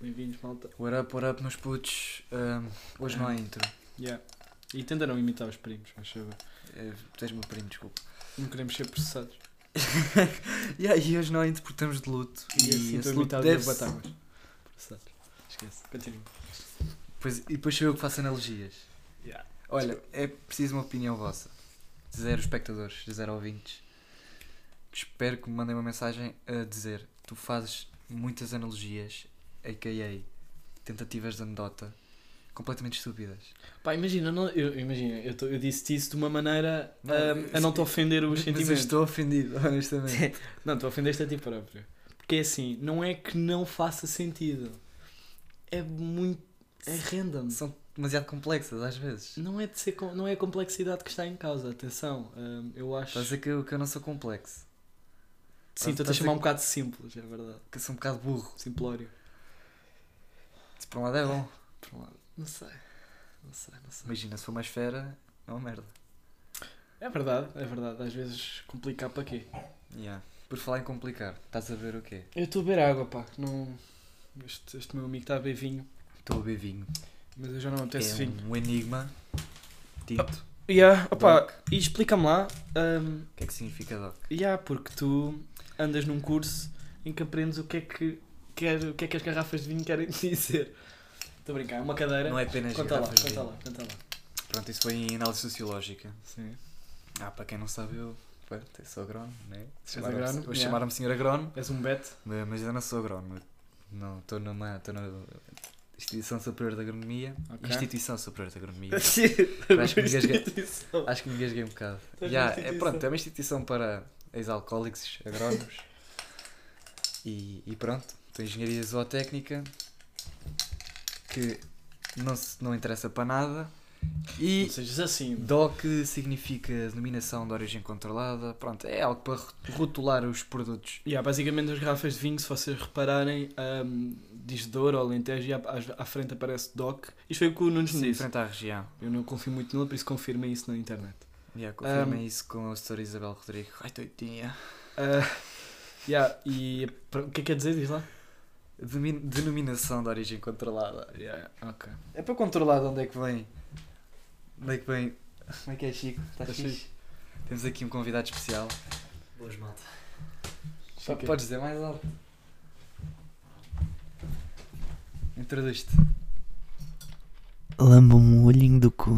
Bem-vindos, malta. What up, what up, meus putos? Ahm, hoje não há intro. Yeah. E tenta não imitar os primos, faz favor. Eh, tu és meu primo, desculpa. Não queremos ser processados. Yeah, e hoje não há intro porque estamos de luto. E assim estou a imitar o Diogo deve-se- Batáguas. Processados. Esquece. Continua. Pois, e depois sou eu que faço analogias. Yeah. Olha, é preciso uma opinião vossa. Zero espectadores, zero ouvintes. Espero que me mandem uma mensagem a dizer: tu fazes muitas analogias, a.k.a. tentativas de anedota, completamente estúpidas. Pá, imagina, não- eu, imagina, eu, tô- eu disse-te isso de uma maneira Não, ahm, a não te ofender os Mas eu sentimentos. estou ofendido, honestamente. Não, tu ofendeste a ti próprio. Porque é assim, não é que não faça sentido. É muito. É random. São demasiado complexas às vezes. Não é, de ser, com- não é a complexidade que está em causa, atenção. Ahm, eu acho. Estás a dizer que eu, que eu não sou complexo, Sim, estou-te a estás a- chamar um bocado de simples, é verdade. que eu sou um bocado burro. Simplório. Se por um lado é bom. Por um lado. Não sei. Não sei, não sei. Imagina, se for uma esfera, é uma merda. É verdade, é verdade. Às vezes complicar para quê? Yeah. Por falar em complicar, estás a ver o quê? Eu estou a beber água, pá. que Não... Este, este meu amigo está a beber vinho, Estou a beber vinho. mas eu já não me apetece é vinho. Oh. um enigma. Tinto. Yeah, opa, Doc. e explica-me lá. ahm, O que é que significa doc? yeah, porque tu andas num curso em que aprendes o que é que, quer, o que, é que as garrafas de vinho querem dizer. Estou a brincar, é uma cadeira. Não é apenas conta lá, garrafas de conta vinho. lá, conta lá. Pronto, isso foi em análise sociológica. Sim. Ah, para quem não sabe, eu pronto, eu sou agrónomo, né? agrónomo, Hoje yeah. chamaram-me senhor agrónomo, És um bet? mas mas ainda não sou agrónomo. Não, estou numa. Estou na Instituição Superior de Agronomia. Ok. Instituição Superior de Agronomia. Acho que me engasguei. Acho que me engasguei um bocado. Tens uma Já, é, instituição. pronto, é uma instituição para ex-alcoólicos, agrónomos. e, e pronto, estou em engenharia zootécnica que não, se, não interessa para nada. Não E sejas assim. DOC significa denominação de origem controlada. Pronto, é algo para rotular os produtos. Yeah, basicamente as garrafas de vinho, se vocês repararem, ahm, diz Douro ou Alentejo e à, às- à frente aparece DOC. Isto foi o que o Nunes me disse. Frente à região. Eu não confio muito nele, por isso confirmem isso na internet. Yeah, confirma Um, isso com a senhora Isabel Rodrigo. Ai, doidinha. Ah, yeah, e pr- o que é que quer dizer? Diz lá. Denomi- Denominação de origem controlada. Yeah, ok. É para controlar de onde é que vem. Onde é que vem. Como é que é, Chico? Estás Tá fixe? Temos aqui um convidado especial. Boas, malta. Chico. Podes dizer mais alto. Introduz-te. Lamba-me o olhinho do cu.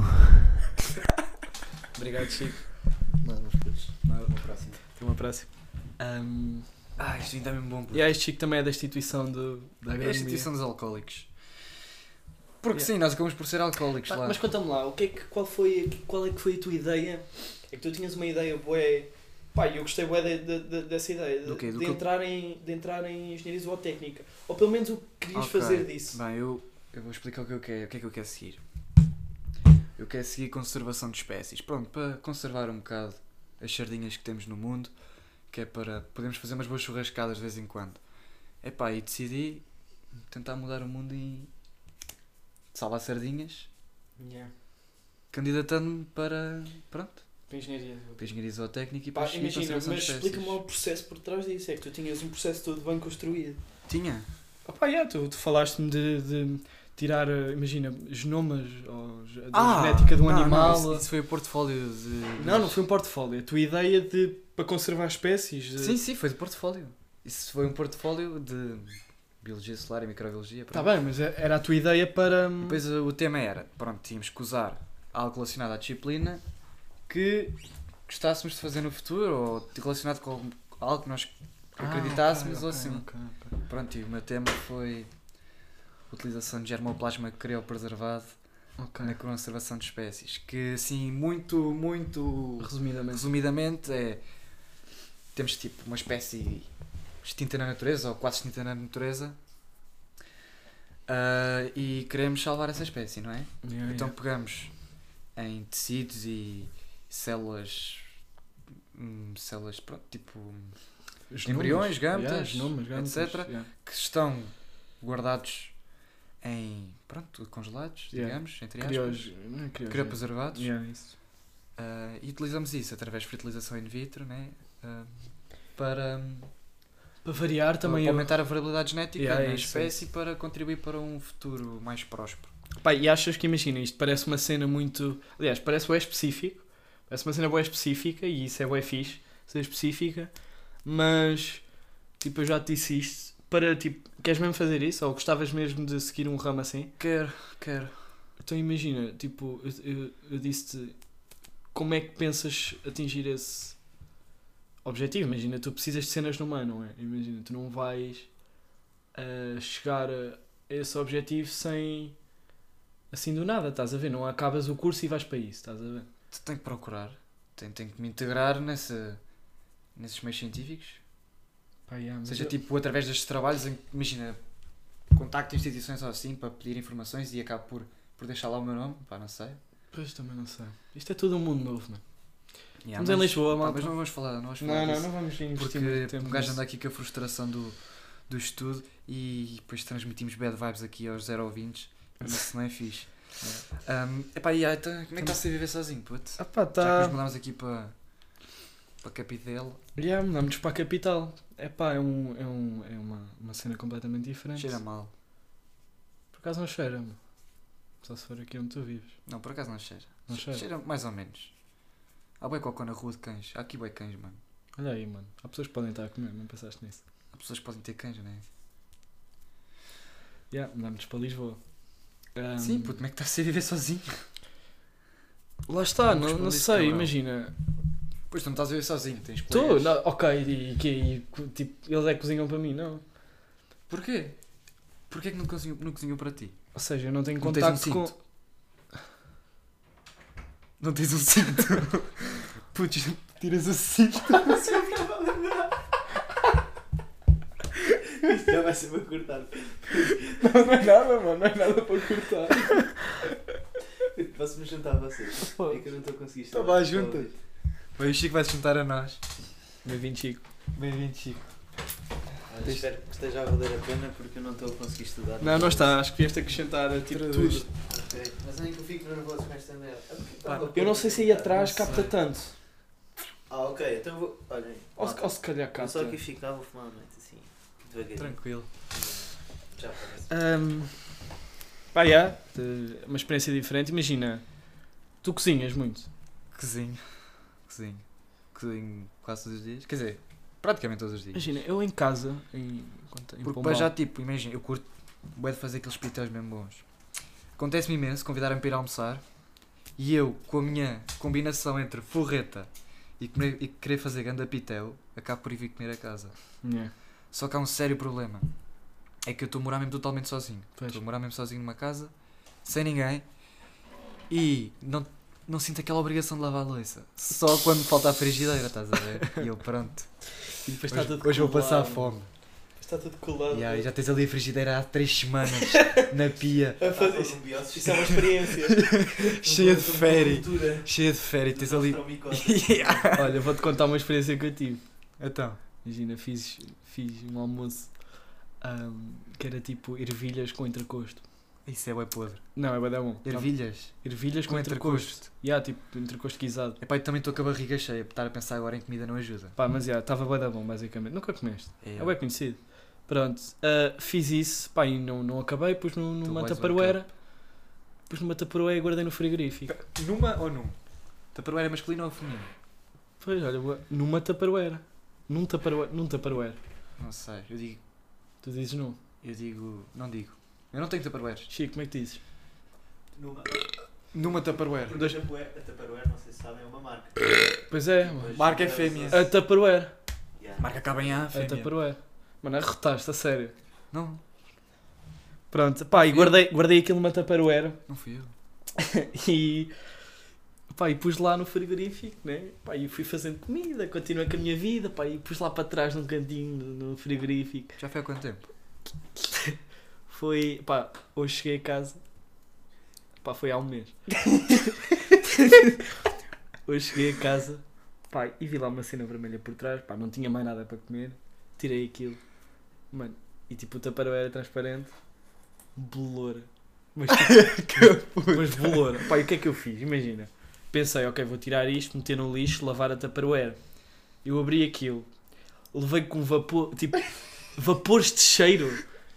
Obrigado, Chico. Não, no próximo. Até uma próxima. Ahm, Ah, isto ainda é mesmo bom. puto. yeah, este Chico também é da instituição do, da É a agronomia. instituição dos alcoólicos. é Porque Yeah. sim, nós acabamos por ser alcoólicos Pá, lá. Mas conta-me lá, o que é que, qual, foi, qual é que foi a tua ideia? É que tu tinhas uma ideia bué... Pá, eu gostei bué de, de- de- dessa ideia, de, Do quê? Do de que eu- entrar em, de entrar em engenharia zootécnica. Ou pelo menos o que querias Ok. fazer disso. Bem, eu, eu vou explicar o que eu quero, o que é que eu quero seguir. Eu quero seguir conservação de espécies. Pronto, para conservar um bocado as sardinhas que temos no mundo, que é para podemos fazer umas boas churrascadas de vez em quando. Epá, e decidi tentar mudar o mundo em salvar sardinhas, Yeah. candidatando-me para, pronto, Para engenharia para engenharia zootécnica e para Pá, seguir imagina, conservação mas de espécies. explica-me lá o um processo por trás disso. É que tu tinhas um processo todo bem construído. Tinha. Ah pá, yeah, tu, tu falaste-me de, de tirar, eh, imagina, genomas ou ge- da genética de um não, Ah, não, animal. isso, isso foi o portfólio de... Não, não foi um portfólio. A tua ideia de para conservar espécies. eh, de- Sim, sim, foi de portfólio. Isso foi um portfólio de biologia celular e microbiologia. Está pronto. bem, mas é- era a tua ideia para. hum, E Depois uh, o tema era, pronto, tínhamos que usar algo relacionado à disciplina que gostássemos de fazer no futuro ou relacionado com algum- algo que nós Ah, acreditássemos ou assim. Pronto, e o meu tema foi utilização de germoplasma criopreservado na conservação de espécies, que assim, muito, muito Resumidamente. Resumidamente, é. Temos tipo uma espécie extinta na natureza ou quase extinta na natureza ah, e queremos salvar essa espécie, não é? Então pegamos em tecidos e células. hum, células, pronto, tipo. embriões, gametas, etc. que estão guardados em. pronto, congelados, Yeah. digamos, entre aspas. Crios, não é crios, Criopreservados. é. Yeah, isso. Ah, e utilizamos isso através de fertilização in vitro né? Ah, para, Para variar também para eu. aumentar a variabilidade genética Yeah, na isso, espécie e para contribuir para um futuro mais próspero. Pá, e achas que imagina, isto parece uma cena muito. Aliás, parece bem específico. Parece uma cena bem específica e isso é bem fixe, ser específica. Mas, tipo, eu já te disse isto. Para, tipo, queres mesmo fazer isso? Ou gostavas mesmo de seguir um ramo assim? Quero, quero. Então imagina, tipo, eu, eu, eu disse-te como é que pensas atingir esse objetivo. Imagina, tu precisas de cenas no mar, não é? Imagina, tu não vais ah, chegar a esse objetivo sem assim do nada, estás a ver? Não acabas o curso e vais para isso, estás a ver? Tu tenho que procurar. Tenho, tenho que me integrar nessa, nesses meios científicos. Ou seja, seja, tipo, tipo, através destes trabalhos, em que, imagina, contacto instituições ou assim para pedir informações e acabo por, por deixar lá o meu nome. Pá, não sei. pois também não sei. Isto é todo um mundo novo, mano. Yeah, Estamos em mas- Lisboa, pá, malta. mas não vamos falar, não vamos falar Não, não, disso. não vamos investir muito Porque tempo um gajo nisso. anda aqui com a frustração do, do estudo e depois transmitimos bad vibes aqui aos zero ouvintes. e Isso não é fixe. Um, epá, e aí, então, como é que está-se a viver sozinho, puto? Ah pá, Já que tá... nos mudámos aqui para para Capidel, Yeah, mudamos para a capital. É pá, é, um, é, um, é uma, uma cena completamente diferente. cheira mal. Por acaso não cheira, meu. Só se for aqui onde tu vives. Não, por acaso não cheira. Não cheira? mais ou menos. Há boi cocó na rua de cães. Há aqui boi cães, mano. Olha aí, mano. Há pessoas que podem estar a comer, não pensaste nisso? Há pessoas que podem ter cães, não é? Yeah, mudámos para Lisboa. Um, Ahm, Sim, puto, como é que está-se a viver sozinho? Lá está, Não não, não respondeste, sei, cabrão. imagina. Pois tu não estás a viver sozinho, tens Tu, colegas. não, ok, e, que e co- tipo, eles é que cozinham para mim, não. Porquê? Porquê que não cozinham, não cozinham para ti? Ou seja, eu não tenho Não tens contacto um com. Não tens um cinto. Putz, tiras o cinto. Isto já vai ser para cortar. Não, não é nada, mano, não é nada para cortar. Posso-me juntar a vocês? Pô. É que eu não estou a conseguir Então chamar. vá, junta-te. Vai, o Chico vai se juntar a nós. Bem-vindo, Chico. Bem-vindo, Chico. Olha, Ah, Espero que esteja a valer a pena porque eu não estou a conseguir estudar. Não, não está, acho que vieste acrescentar tipo, Traduz. tudo. Ok, Mas onde é que eu fico nervoso com esta merda? Ah, porque Pá, tá uma Eu não sei se aí porcaria. atrás Não sei. capta tanto. Ah, ok, então vou. Olhem. Ou se, malta, ou se calhar eu capta. só aqui ficava a fumar à noite, assim. Devagarinho. Tranquilo. Já parece. Um, pá, yeah, de- uma experiência diferente. Imagina, tu cozinhas muito. Cozinho. Cozinho. Cozinho quase todos os dias. Quer dizer, praticamente todos os dias. Imagina, eu em casa, em, enquanto- em Porque Pombal, depois já, tipo, imagina, eu curto bué de fazer aqueles pitéis mesmo bons. Acontece-me imenso, convidaram-me para ir almoçar e eu, com a minha combinação entre forreta e, comer- e querer fazer ganda pitel, acabo por ir vir comer a casa. Yeah, Só que há um sério problema. É que eu estou a morar mesmo totalmente sozinho. Pois. Estou a morar mesmo sozinho numa casa, sem ninguém e não, não sinto aquela obrigação de lavar a louça. Só quando falta a frigideira, estás a ver? E eu, pronto. E depois está Hoje, tudo hoje vou colado. passar fome. Está tudo colado. Ya, e já tens ali a frigideira há 3 semanas na pia, A fazer isso. Isso é uma experiência. Cheia de Uma féri. cultura. cheia de férias, tens ali. Tromicose. Ya. Olha, vou-te contar uma experiência que eu tive. Então, Imagina, fiz, fiz um almoço ahm, que era tipo ervilhas com entrecosto. isso é bué podre. Não, é bué da bom. Ervilhas Ervilhas com, com entrecosto. entrecosto. Yeah, tipo entrecosto guisado. Epá, eu também estou com a barriga cheia, estar a pensar agora em comida não ajuda. Pá, mas já, estava bué da bom, basicamente. Nunca comeste. É bem Estou conhecido. Pronto, ah, fiz isso, pá, e não, não acabei, pus num- numa bué taparoeira, pus numa taparoeira e guardei no frigorífico. Numa ou num? Taparoeira masculina ou feminina? Pois, olha, bué, numa taparoeira. Num taparoeira, num taparoeira. Não sei, eu digo. Tu dizes não. Eu digo. Não digo. Eu não tenho taparoeiras. Chico, como é que dizes? Numa. Numa taparoeira. Porque a Tupperware- a Tupperware, não sei se sabem, é uma marca. Pois é, mano. Mas Marca não é fêmea. só- A taparoeira. Yeah. Marca acaba em A, A fêmea. taparoeira. Mano, arrotaste, a sério. Não, Pronto, pá, e Sim. guardei, guardei aquilo numa taparoeira não fui eu. e. Pá, e pus lá no frigorífico, né? Pá, e fui fazendo comida, continuei com a minha vida, pá, e pus lá para trás num cantinho, no no frigorífico. Já foi há quanto tempo? Foi. pá, hoje cheguei a casa. pá, foi há um mês. hoje cheguei a casa, pá, e vi lá uma cena vermelha por trás, pá, não tinha mais nada para comer. Tirei aquilo, mano, e tipo o taparão era transparente, bolora. Mas, tipo, mas bolora. Pá, e o que é que eu fiz? Imagina. Pensei, ok, vou tirar isto, meter no lixo, lavar a taparoeira. Eu abri aquilo, levei com vapor, tipo, vapores de cheiro.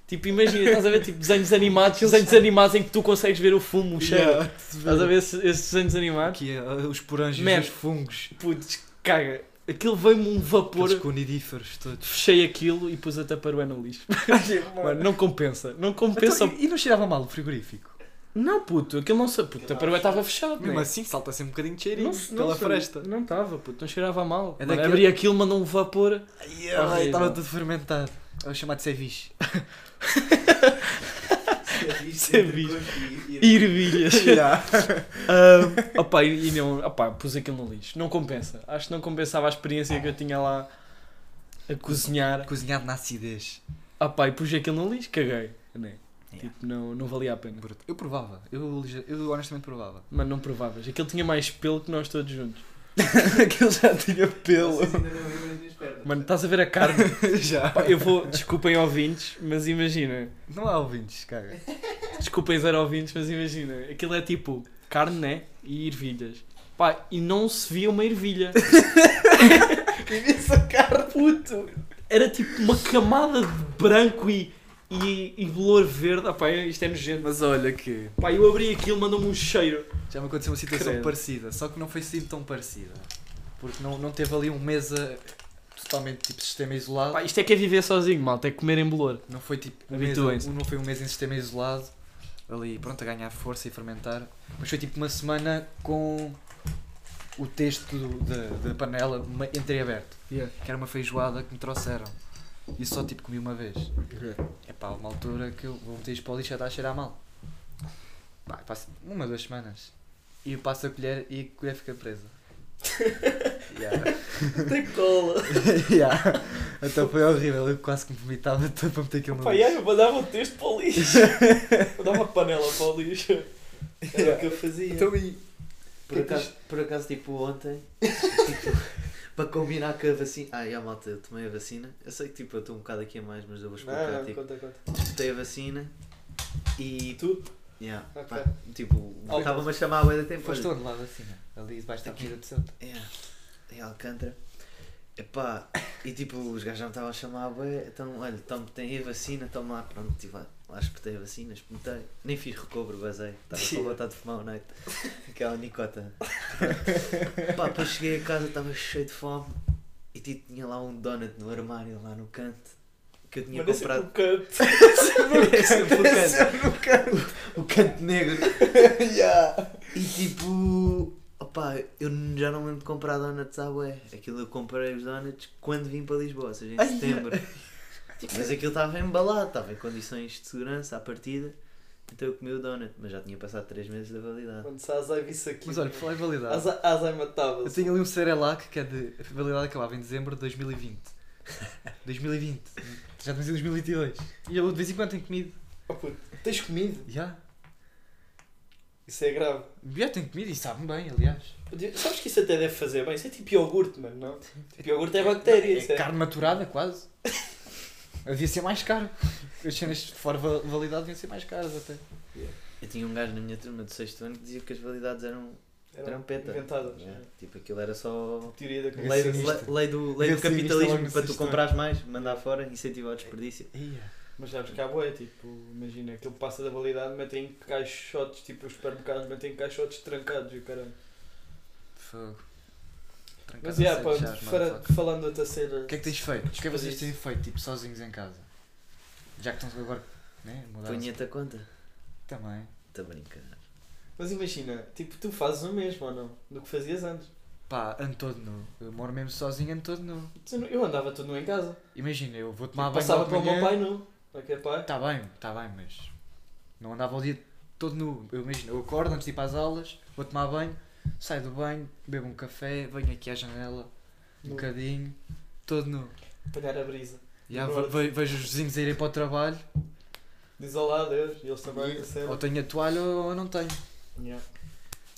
Tipo, imagina, estás a ver tipo desenhos animados, desenhos animados em que tu consegues ver o Um fumo, o cheiro. Estás a ver esses, esses desenhos animados? Aqui, ah, os porangos Man. os fungos, Putz, caga. Aquilo veio-me um vapor, os conidíferos todos. fechei aquilo e pus a taparoé no lixo. é Mano, não compensa. Não compensa. Então, e, e não cheirava mal o frigorífico? Não, puto, aquilo não sabe. Puto, a taparoé estava fechado. Mesmo né? assim, salta sempre um bocadinho de cheirinho se- pela se- fresta. Não estava, puto, não cheirava mal. É Mano, daquele- Abri aquilo, mandou um vapor. Ai, Horrível. ai, Estava tudo fermentado. É o chamado ceviche. Isso é Ervilhas. Ah, opa, e, e não, opa, pus aquilo no lixo. Não compensa. Acho que não compensava a experiência que eu tinha lá a cozinhar. Cozinhado na acidez. Opa, e pus aquilo no lixo, caguei. Né? Yeah. Tipo, não, não valia a pena. Bruto. Eu provava. Eu, lige- eu honestamente provava. Mas não provavas. Aquilo tinha mais pelo que nós todos juntos. Aquilo já tinha pelo. Mano, estás a ver a carne? já. Pá, eu vou, desculpem ouvintes, mas imagina. Não há ouvintes, cara. Desculpem zero ouvintes, mas imagina. Aquilo é tipo carne, né? E ervilhas. Pá, e não se via uma ervilha. Essa cara. Puto! Era tipo uma camada de branco e, e, e bolor verde. Ah, pá, isto é nojento. Mas olha que. Pá, eu abri aquilo, mandou-me um cheiro. Já me aconteceu uma situação Credo. parecida, só que não foi assim tão parecida. Porque não, não teve ali um mesa totalmente tipo sistema isolado. Pá, isto é que é viver sozinho, malta, é comer em bolor. Não foi tipo um mês, Habituem-se. não foi um mês em sistema isolado, ali pronto a ganhar força e fermentar, mas foi tipo uma semana com o texto do- da, da panela ma- entreaberto, que era uma feijoada que me trouxeram. E só tipo comi uma vez. É pá, uma altura que eu vou meter isto para o lixo já está a cheirar mal. Pá, passa uma, duas semanas. E eu passo a colher e a colher fica presa. yeah. Tem cola. yeah. Então foi horrível, eu quase que me vomitava tudo para meter aquilo no lixo. eu mandava o texto para o lixo. mandava a panela para o lixo. Era o que eu fazia. e Por acaso, por acaso, tipo, ontem, tipo, para combinar com a vacina. Ah, já malta, eu tomei a vacina. Eu sei que tipo, eu estou um bocado aqui a mais, mas eu vou explicar. tipo, conta, conta. tomei a vacina e. Tu? Yeah, Ok. pá, tipo, Al- estava-me a chamar a bué da tempo. Foste olha. onde lá da cima? assim, né? Ali debaixo da comida de santo. Yeah, É, em Alcântara. Epá, e tipo, os gajos já me estavam a chamar, bué, então, olha, tome, tem a vacina, toma lá, pronto, tipo, lá, lá espetei a vacina, espetei, nem fiz recobro, basei, estava só botado de fumar à noite, aquela nicota. Pá, depois cheguei a casa, estava cheio de fome, e tipo, tinha lá um donut no armário, lá no canto, que eu tinha é comprado. Esse é o canto. O canto negro. E tipo, opá, eu n- já não lembro de comprar donuts à bué. Aquilo eu comprei os donuts quando vim para Lisboa, ou seja, em Ai, setembro. Tipo, Mas aquilo estava embalado, estava em condições de segurança à partida. Então eu comi o donut, mas já tinha passado 3 meses da validade. Quando se azai visse aqui. Mas olha, por falar em validade. azai matava. Eu tenho ali um Cerelac que é de. A validade acabava em dezembro de 2020. 2020. Já estamos em 2022. E eu de vez em quando tenho comido. Ah, Tens comido? Já? Isso é grave. Já tenho comido e sabe-me bem, aliás. Sabes que isso até deve fazer bem? Isso é tipo iogurte, mano, não? Tipo iogurte é É bactéria. carne maturada quase. Havia ser mais caro. As cenas de fora va- validade deviam ser mais caras até. Eu tinha um gajo na minha turma do 6 ano que dizia que as validades eram, eram peta. Yeah, Tipo, aquilo era só. Teoria da Lei, Esse lei- isto. lei do, lei do Esse isto logo capitalismo no para tu sexto ano. comprares mais, mandar fora, incentivar o desperdício. Ia. Mas sabes que há boé, tipo, imagina, aquilo passa da validade, metem em caixotes, tipo, os supermercados metem em caixotes trancados e o caralho. Fogo. Trancado Mas, a yeah, sete pá, já, fora- motherfucker. falando de outra cena... O que é que tens feito? O que é que vocês Desperdício. têm feito, tipo, sozinhos em casa? Já que estão agora, né? Mudaram Punha-te a conta. também. Estou a brincar. Mas imagina, tipo, tu fazes o mesmo, ou não? Do que fazias antes. Pá, ando todo nu. Eu moro mesmo sozinho, ando todo nu. Tu não- Eu andava tudo nu em casa. Imagina, eu vou tomar Tipo, banho passava logo para de o meu pai manhã. nu. Ok, é pai? Está Tá bem, está bem, mas... Não andava o dia todo nu. Eu imagino, eu acordo antes de ir para as aulas, vou tomar banho, saio do banho, bebo um café, venho aqui à janela, um Nu. bocadinho, todo nu. Apanhar a brisa. Já Agora- ve- vejo os vizinhos a irem para o trabalho, Diz olá a Deus e eles também recebem. ou tenho a toalha ou ou não tenho. Yeah.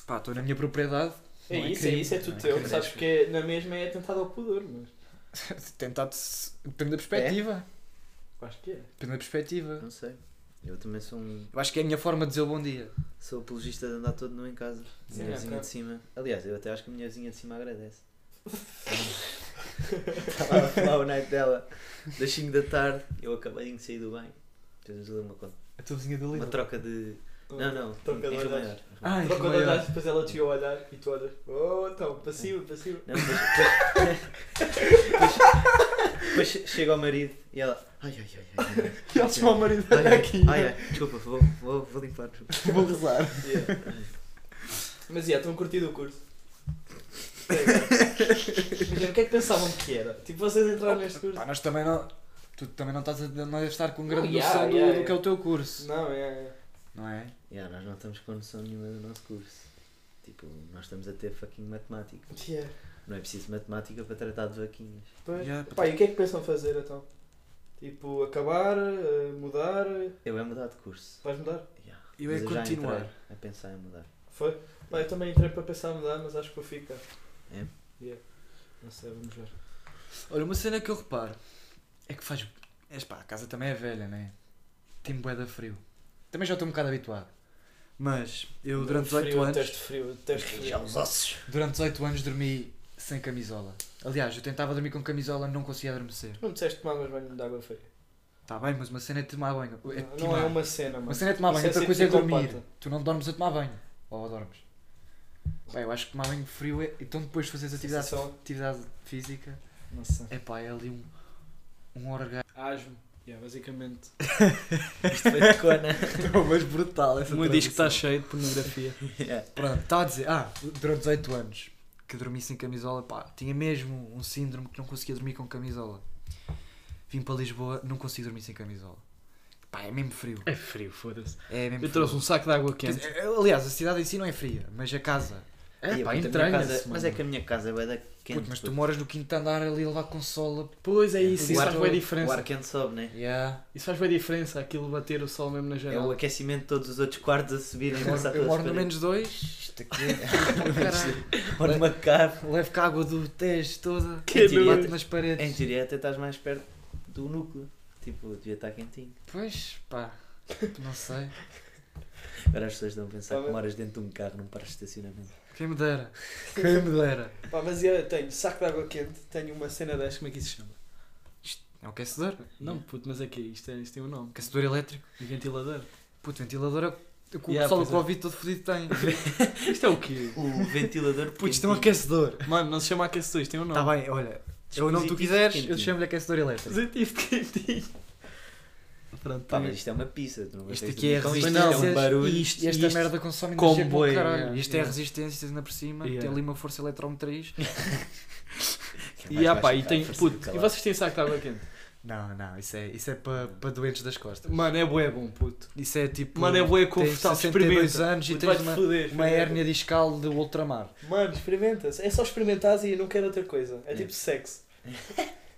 Pá, estou na minha propriedade. É não isso, é crime, isso, é não tudo crime. teu. Sabes que é- na mesma é atentado ao pudor, mas... Tentado se- depende da perspectiva. Acho que é. Depende da perspectiva. Não sei. Eu também sou um. Eu acho que é a minha forma de dizer o bom dia. Sou apologista de andar todo nu em casa. Sim, minha vizinha ok. de cima. Aliás, eu até acho que a minha vizinha de cima agradece. Estava a fumar o night dela das 5 da tarde. Eu acabei de sair do banho. Fizemos ali uma, con- A tua vizinha do uma livro. troca de. Não, não. Troca de em Rio olhares. Maior. Ai, Troca de maior. olhares, depois ela te ia olhar e tu olhas. Oh, então, passivo, É. passivo. Não, depois, depois, depois chega ao marido e ela. Ai, ai, ai, ai. ai. E ela chama o marido Ai, olha ai, aqui. ai, ai, desculpa, vou, vou, vou limpar. Vou rezar. Mas ia, yeah, estão curtindo o curso. Imagina, o que é que pensavam que era? Tipo, vocês entraram neste curso. Pá, nós também não. Tu também não estás a, não deves estar com grande Não, yeah, noção do, yeah, do yeah. que é o teu curso, Não, é. é. não é? Yeah, nós não estamos com noção nenhuma do nosso curso. Tipo, nós estamos a ter fucking matemática. Yeah. Não é preciso matemática para tratar de vaquinhas. Pois. Yeah, Pá, e o que é que pensam fazer então? Tipo, acabar, eh, mudar, eh, Eu é mudar de curso. vais mudar? Yeah. Eu é Mas já continuar. entrei A pensar em mudar. Foi? Pá, eu também entrei para pensar em mudar, mas acho que vou ficar. É? Yeah. Não sei, vamos ver. Olha, uma cena que eu reparo é que faz. És pá, a casa também é velha, né? Tem bué da frio. Também já estou um bocado habituado. Mas eu durante Frio, 18 anos. Detesto frio, detesto frio. ossos. Durante 18 anos dormi sem camisola. Aliás, eu tentava dormir com camisola, não conseguia adormecer. Não me disseste tomar mais banho de água fria. Tá bem, mas uma cena é tomar banho. É não, não timar. é uma cena, mano. Uma cena é tomar Isso banho, é outra ser coisa é dormir. psicopata. Tu não dormes a tomar banho. Ou dormes. Bem, eu acho que tomar banho frio é. Então depois de fazeres atividade, Sensação. atividade física. Não sei. É pá, é ali um. Um orgasmo. Asmo. Yeah, basicamente. Isto foi de né? cona. mas É brutal essa O meu Um disco está transição. cheio de pornografia. Yeah. Pronto, estava a dizer, ah, durante 18 anos que dormi sem camisola, pá, tinha mesmo um síndrome que não conseguia dormir com camisola. Vim para Lisboa, não consigo dormir sem camisola. Pá, é mesmo frio. É frio, foda-se. É mesmo Eu trouxe um saco de água Quer quente. dizer, aliás, a cidade em si não é fria, mas a casa. E É, eu, pá, puta, a minha entranha-se, casa- Mas é que a minha casa é bué da quente. Puto, mas tu puto. moras no quinto andar ali a levar consola. Pois é isso, O isso ar- faz bem O diferença. ar quente sobe, né? Yeah. Isso faz bem diferença, aquilo bater o sol mesmo na É o janela. aquecimento de todos os outros quartos a subirem. Eu e moro, passar eu pelas moro no paredes. menos dois. Isto aqui é. Caralho. Moro numa cave. Levo cá a água do Tejo toda. Que Em teoria, nojo. bate nas paredes. É, Em teoria até estás mais perto do núcleo. Tipo, devia estar quentinho. Pois, pá, não sei. Agora as pessoas estão a pensar que Sabe? moras dentro de um carro num parque de estacionamento. Quem me dera. Quem me dera. Pá, mas eu tenho saco de água quente, tenho uma cena desta. Como é que isso se chama? É um aquecedor. Não, puto, mas é que é isto, é, isto tem um nome. Aquecedor elétrico. E ventilador. Puto, ventilador é o que o Yeah, pessoal pois do é. Covid todo fodido tem. Isto é o quê? O ventilador. Puto, isto é um aquecedor. Mano, não se chama aquecedor, isto tem um nome. Tá bem, olha. É o nome que tu quiseres, eu chamo-lhe aquecedor elétrico. Positivo quentinho. Tá Pronto, Pá, tá mas isto é uma pizza. Tu não vais Isto ter aqui é que- resistência. Isto é um barulho. E isto- e esta merda consome como energia como boi, caralho. yeah, Isto é yeah. resistência ainda por cima, tem Yeah. ali uma força eletromotriz. Que é mais E ah pá, baixo e Tá que tem. a força do Puto, e calor. vocês têm saco de água quente? Não, não, isso é, isso é para para doentes das costas. Mano, é bué bom, puto. Isso é tipo. Mano, é bué tens confortável, 62 experimenta. anos e Puto, tens vais-te uma, foder, uma experimenta. hérnia discal de ultramar. Mano, experimenta É só experimentares e não quero outra coisa. É tipo sexo.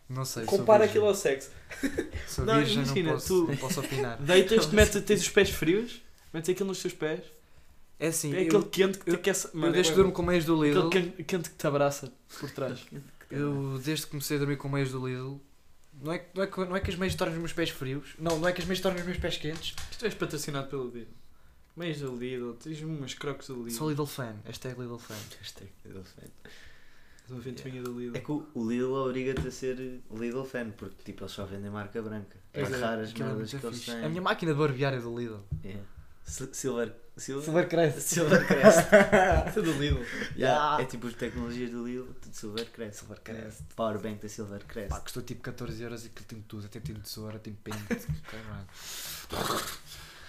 Não sei. sou Compara virgem. aquilo ao sexo. Sou Não, virgem, imagina, não, posso, tu- não posso opinar. Deitas-te, metes, tens os pés frios, metes aquilo nos teus pés. É assim, É eu, aquele quente que te eu- aquece. eu Mano, é desde que bué bom. durmo com meias do Lidl, Aquele quente- quente que te abraça por trás. eu desde que comecei a dormir com meias do Lidl, não é, que- não é, que- não é que as meias tornem os meus pés frios, não, não é que as meias tornem os meus pés quentes, Isto és patrocinado pelo Lidl. Meios do Lidl, tens umas crocs do Lidl. sou Lidl fan, hashtag Lidl fan. Hashtag Lidl fan. Uma ventoinha do Lidl. É que o o Lidl obriga-te a ser Lidl fan, porque tipo, eles só vendem marca branca. É Pois é, raro as aquilo é merdas muito que eles fixe. têm. A minha máquina de barbear é do Lidl. Yeah. Sil- Silver. Silver. Silvercrest. Silvercrest. Isso é do Lidl. Yeah. Yeah. É tipo as tecnologias do Lidl, tudo Silvercrest. Silvercrest. Powerbank da Silvercrest. Pá, custou tipo 14 euros e aquilo tem tudo, até tem tesoura, tem pente, caralho.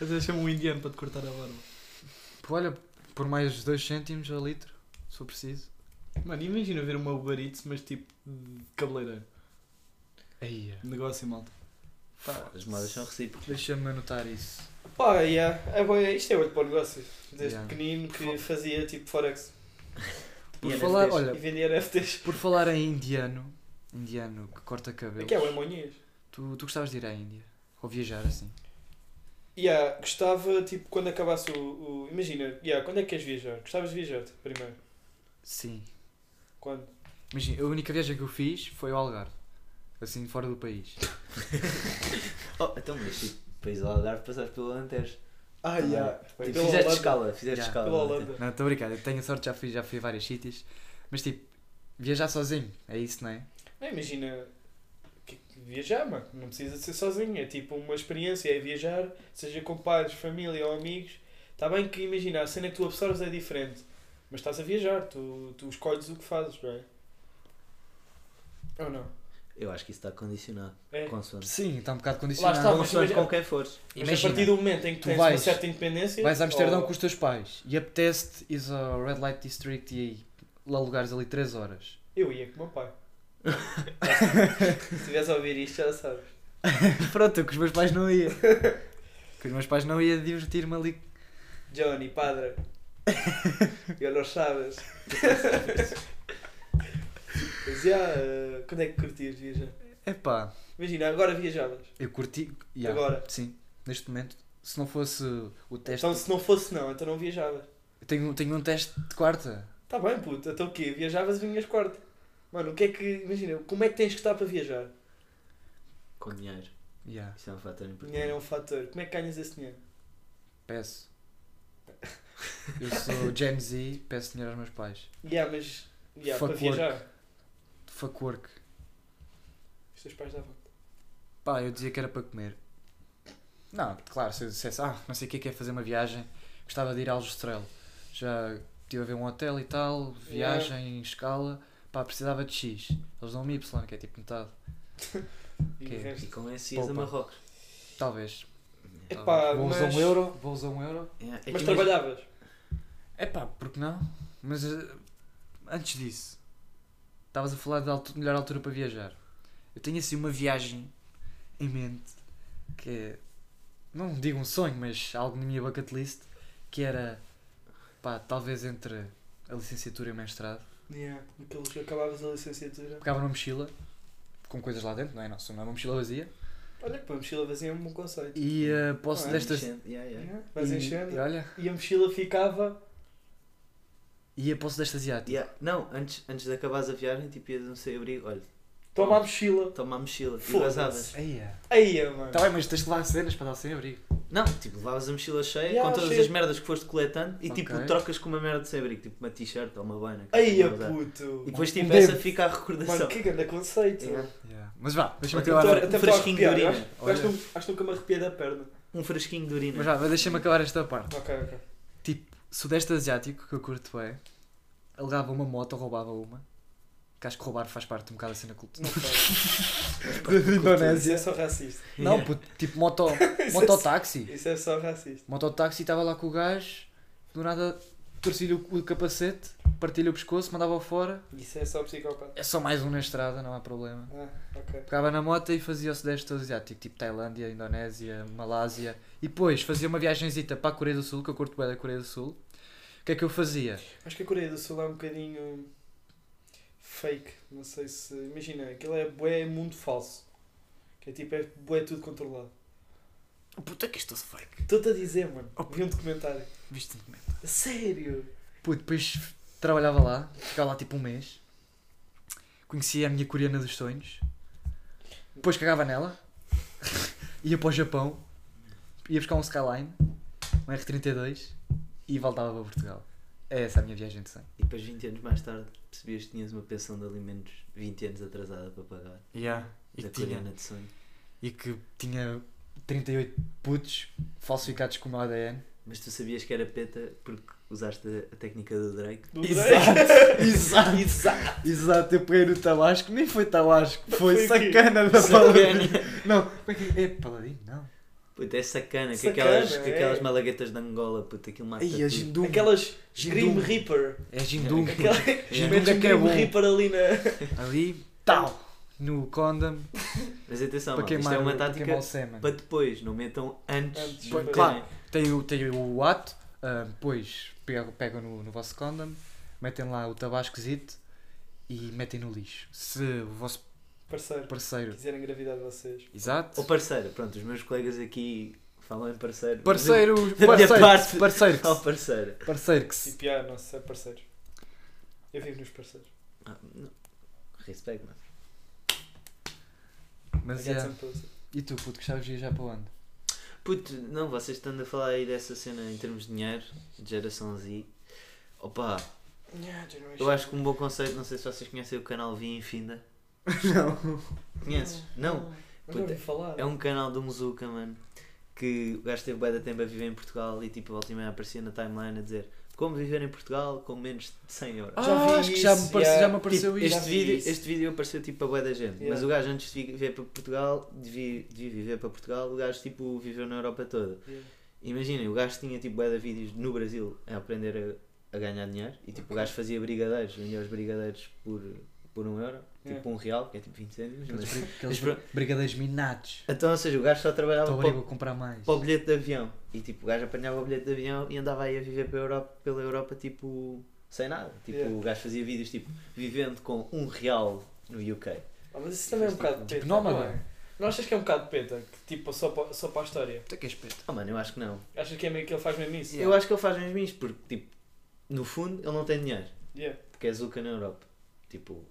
Às vezes chama um indiano para te cortar a barba. Pô, olha, por mais 2 cêntimos a litro, se for preciso. Mano, imagina ver uma Uber Eats, mas tipo de cabeleireiro. Aí, é. Negócio, malta. pá, As modas são recíprocas. deixa-me anotar isso. Pá, yeah. é bom, isto é olho para o negócio. Desde Yeah. pequenino que fazia tipo Forex Por E falar, NFTs. e olha, vendia NFTs. por falar em indiano, indiano que corta cabelo, Aqui é o Emonhês. tu, tu gostavas de ir à Índia? Ou viajar assim? Yeah, gostava, tipo, quando acabasse o. o- imagina, yeah, quando é que queres viajar? Gostavas de viajar tipo, primeiro? Sim. Quando? Imagina, a única viagem que eu fiz foi ao Algarve. Assim, fora do país. Oh, então, mas tipo, depois do Algarve passaste pelo Alentejo. Ah, Também. yeah. Tipo, Pela fizeste Holanda. escala, fizeste Já. escala. Pela no Holanda. Não, estou brincando, eu tenho sorte, já fui, já fui a vários sítios. Mas tipo, viajar sozinho, é isso, não é? Não, imagina que- que viajar, mano. Não precisa de ser sozinho. É tipo uma experiência, é viajar, seja com pais, família ou amigos. Está bem que imagina, a cena que tu absorves é diferente. Mas estás a viajar, tu, tu escolhes o que fazes, não é? Ou não? Eu acho que isso está condicionado. É. Consoante. Sim, está um bocado Lá condicionado. está, mas Consoante imagina- com quem fores. mas a partir do momento em que tu tens uma vais- certa independência. Vais a Amsterdão ou- com os teus pais e apetece-te ires ao Red Light District e aí lá alugares ali 3 horas. Eu ia com o meu pai. Se estivesse a ouvir isto, já sabes. Pronto, eu com os meus pais não ia. com os meus pais não ia divertir-me ali. Johnny, padre. Eu não sabes. Mas já, eh, quando é que curtias viajar? Epá, Imagina, agora viajavas. eu curti. Ya, Agora. Sim, neste momento. Se não fosse o teste. Então se não fosse não, então não viajavas. Eu Tenho, tenho um teste de quarta. Tá bem, puto. Então o quê? Viajavas e vinhas quarto. Mano, o que é que... Imagina, como é que tens que estar para viajar? Com dinheiro. Ya, Isso é um fator importante. Dinheiro é um fator. Como é que ganhas esse dinheiro? peço. Eu sou Gen Z, peço dinheiro aos meus pais. Yeah, mas... Yeah, para Fuck viajar. Fuck work. Os teus pais davam. Pá, eu dizia que era para comer. Não, claro, se eu dissesse, ah, não sei o que é que é fazer uma viagem, gostava de ir ao Estrela. Já estive a ver um hotel e tal, viagem, escala, pá, precisava de X. Eles dão-me Y, que é tipo metade. E Que é? o resto... E com esse ias a Poupa. Marrocos. Talvez. Epá, Talvez. vou usar mas- um euro, vou usar um euro. É, é que Mas imagina- trabalhavas? É pá, porque não? Mas eh, antes disso, estavas a falar da altu- melhor altura para viajar. Eu tenho assim uma viagem em mente que é, não digo um sonho, mas algo na minha bucket list que era pá, talvez entre a licenciatura e o mestrado. Yeah, aqueles que acabavas a licenciatura. Pegava uma mochila com coisas lá dentro, não é? Não, se não é uma mochila vazia. Olha que pô, a mochila vazia é um bom conceito. E eh, posso Ah, desta. é Enchente, yeah, yeah. Yeah, Vais e- enchendo. E, olha, E a mochila ficava. e a posse desta asiática. Yeah. Não, antes, antes de acabares a viagem, tipo, ias a um sem abrigo. Olha, Toma a mochila. toma a mochila. E Foda-se. vazavas. Eia. Aí, mano. Tá bem, mas tens de lá cenas para dar sem abrigo. Não, tipo, levavas a mochila cheia Yeah, com todas cheia. as merdas que foste coletando e Ok. tipo, trocas com uma merda de sem abrigo, tipo uma t-shirt ou uma boina. que Aí, é. tu vais usar. puto. E depois, tipo, Um essa dedo. fica a recordação. Mano, que grande conceito. Yeah. Yeah. Mas vá, deixa-me Ou acabar. então- a- Até Um me estou a frasquinho de arrepiar. urina. acho- Olha. Acho nunca- acho nunca me arrepiei da perna. Um fresquinho de urina. Mas já, mas deixa-me acabar esta parte. Ok, ok. Sudeste asiático, que eu curto é, alugava uma moto, roubava uma. Que acho que roubar faz parte um bocado da cena cultura. Não sei. da Isso é Indonésia. só racista. Não, puto, tipo moto, mototáxi. Isso é só racista. Mototáxi estava lá com o gajo, do nada torci-lhe o, o capacete, parti-lhe o pescoço, mandava-o fora. Isso é só psicopata. É só mais um na estrada, não há problema. Ah, ok. Pegava na moto e fazia o Sudeste Asiático, tipo Tailândia, Indonésia, Malásia. E depois fazia uma viagenzita para a Coreia do Sul, que eu curto bem da Coreia do Sul. O que é que eu fazia? Acho que a Coreia do Sul é um bocadinho. fake. Não sei se. Imagina, aquilo é bué mundo falso. Que é tipo, é bué tudo controlado. Puta que estou fake. Estou-te a dizer, mano. Oh, Vi um documentário. Viste um documento. A Sério? Pô, depois trabalhava lá, ficava lá tipo um mês. Conhecia a minha coreana dos sonhos. Depois cagava nela. ia para o Japão. Ia buscar um Skyline, um R32 e voltava para Portugal. É essa a minha viagem de sonho. E depois, 20 anos mais tarde, percebias que tinhas uma pensão de alimentos 20 anos atrasada para pagar. E da que tinha- coreana de sonho. e que tinha 38 putos falsificados com o meu ADN. Mas tu sabias que era peta porque usaste a- a técnica do Drake. Do Exato, exato, exato, Eu peguei no talasco, nem foi talasco, foi, Foi o quê? sacana da Sacana. paladina. Não, como é que é? É paladino? Não. Puta, é sacana, que Sacana, aquelas, que é. aquelas malaguetas de Angola, puta, aquilo mata Ai, é tudo. gindum. Aquelas Grim Gindum. Reaper. É gindum. Aquela... Gindum Metes é um que é Grim bom. Reaper ali na. Ali, tal, no condom, Mas atenção, para malta, isto queimar, é uma para tática queimar o sêmen. para depois, não metam antes. Antes, de pois, meterem. claro. Tem o, tem o ato, ah, depois pegam, pegam no, no vosso condom, metem lá o tabascozito e metem no lixo. Se o vosso Parceiro. parceiro... Quiser engravidar de vocês. Exato. Ou parceiro, pronto, os meus colegas aqui falam em parceiro. Parceiro, Da minha parceiro, parte. parceiro, Mas eu- Falo parceiro. parceiro, que se- Tipo, ah, nossa, é parceiros. Eu vivo nos parceiros. Ah, não. Respeito, mano. Mas Obrigado yeah. sempre pelo seu- E tu, puto, gostavas de viajar para onde? Puto, não, vocês estão a falar aí dessa cena em termos de dinheiro, de geração Z. Opa, Yeah, generation. eu acho que um bom conceito, não sei se vocês conhecem o canal Vi Infinda. Não. Conheces? Não. Nunca ouvi falar. É um canal do Muzuka, mano. Que o gajo teve bué da tempo a viver em Portugal e tipo, volta e meia aparecia na timeline a dizer como viver em Portugal com menos de 100 euros. Ah, Já vi acho que já me isso, apareceu, yeah. já me apareceu Tipo, isso. este, vi vídeo, isso. este vídeo apareceu tipo a bué da gente. Yeah. Mas o gajo antes de viver para Portugal, devia, devia viver para Portugal, o gajo tipo viveu na Europa toda. Yeah. Imaginem, o gajo tinha tipo bué de vídeos no Brasil a aprender a, a ganhar dinheiro e tipo o gajo fazia brigadeiros, vendia os brigadeiros por, por um euro, Yeah. tipo um real, que é tipo 20 cêntimos. Aqueles mas- bri- Aqueles mas bri- brigadeiros minados. Então, ou seja, o gajo só trabalhava Estou para, obrigado a comprar mais. para o bilhete de avião e tipo o gajo apanhava o bilhete de avião e andava aí a viver pela Europa, pela Europa tipo sem nada. Tipo Yeah. o gajo fazia vídeos tipo vivendo com um real no UK. Ah, mas isso também é um bocado de peta. nómada. Não, é? não achas que é um bocado de peta? Que, tipo, só para, só para a história. Tu é que és peta. Oh mano, eu acho que não. Achas que é meio que ele faz mesmo isso? Eu acho que ele faz mesmo isto porque tipo, no fundo ele não tem dinheiro, Yeah. porque é Zuka na Europa. Tipo,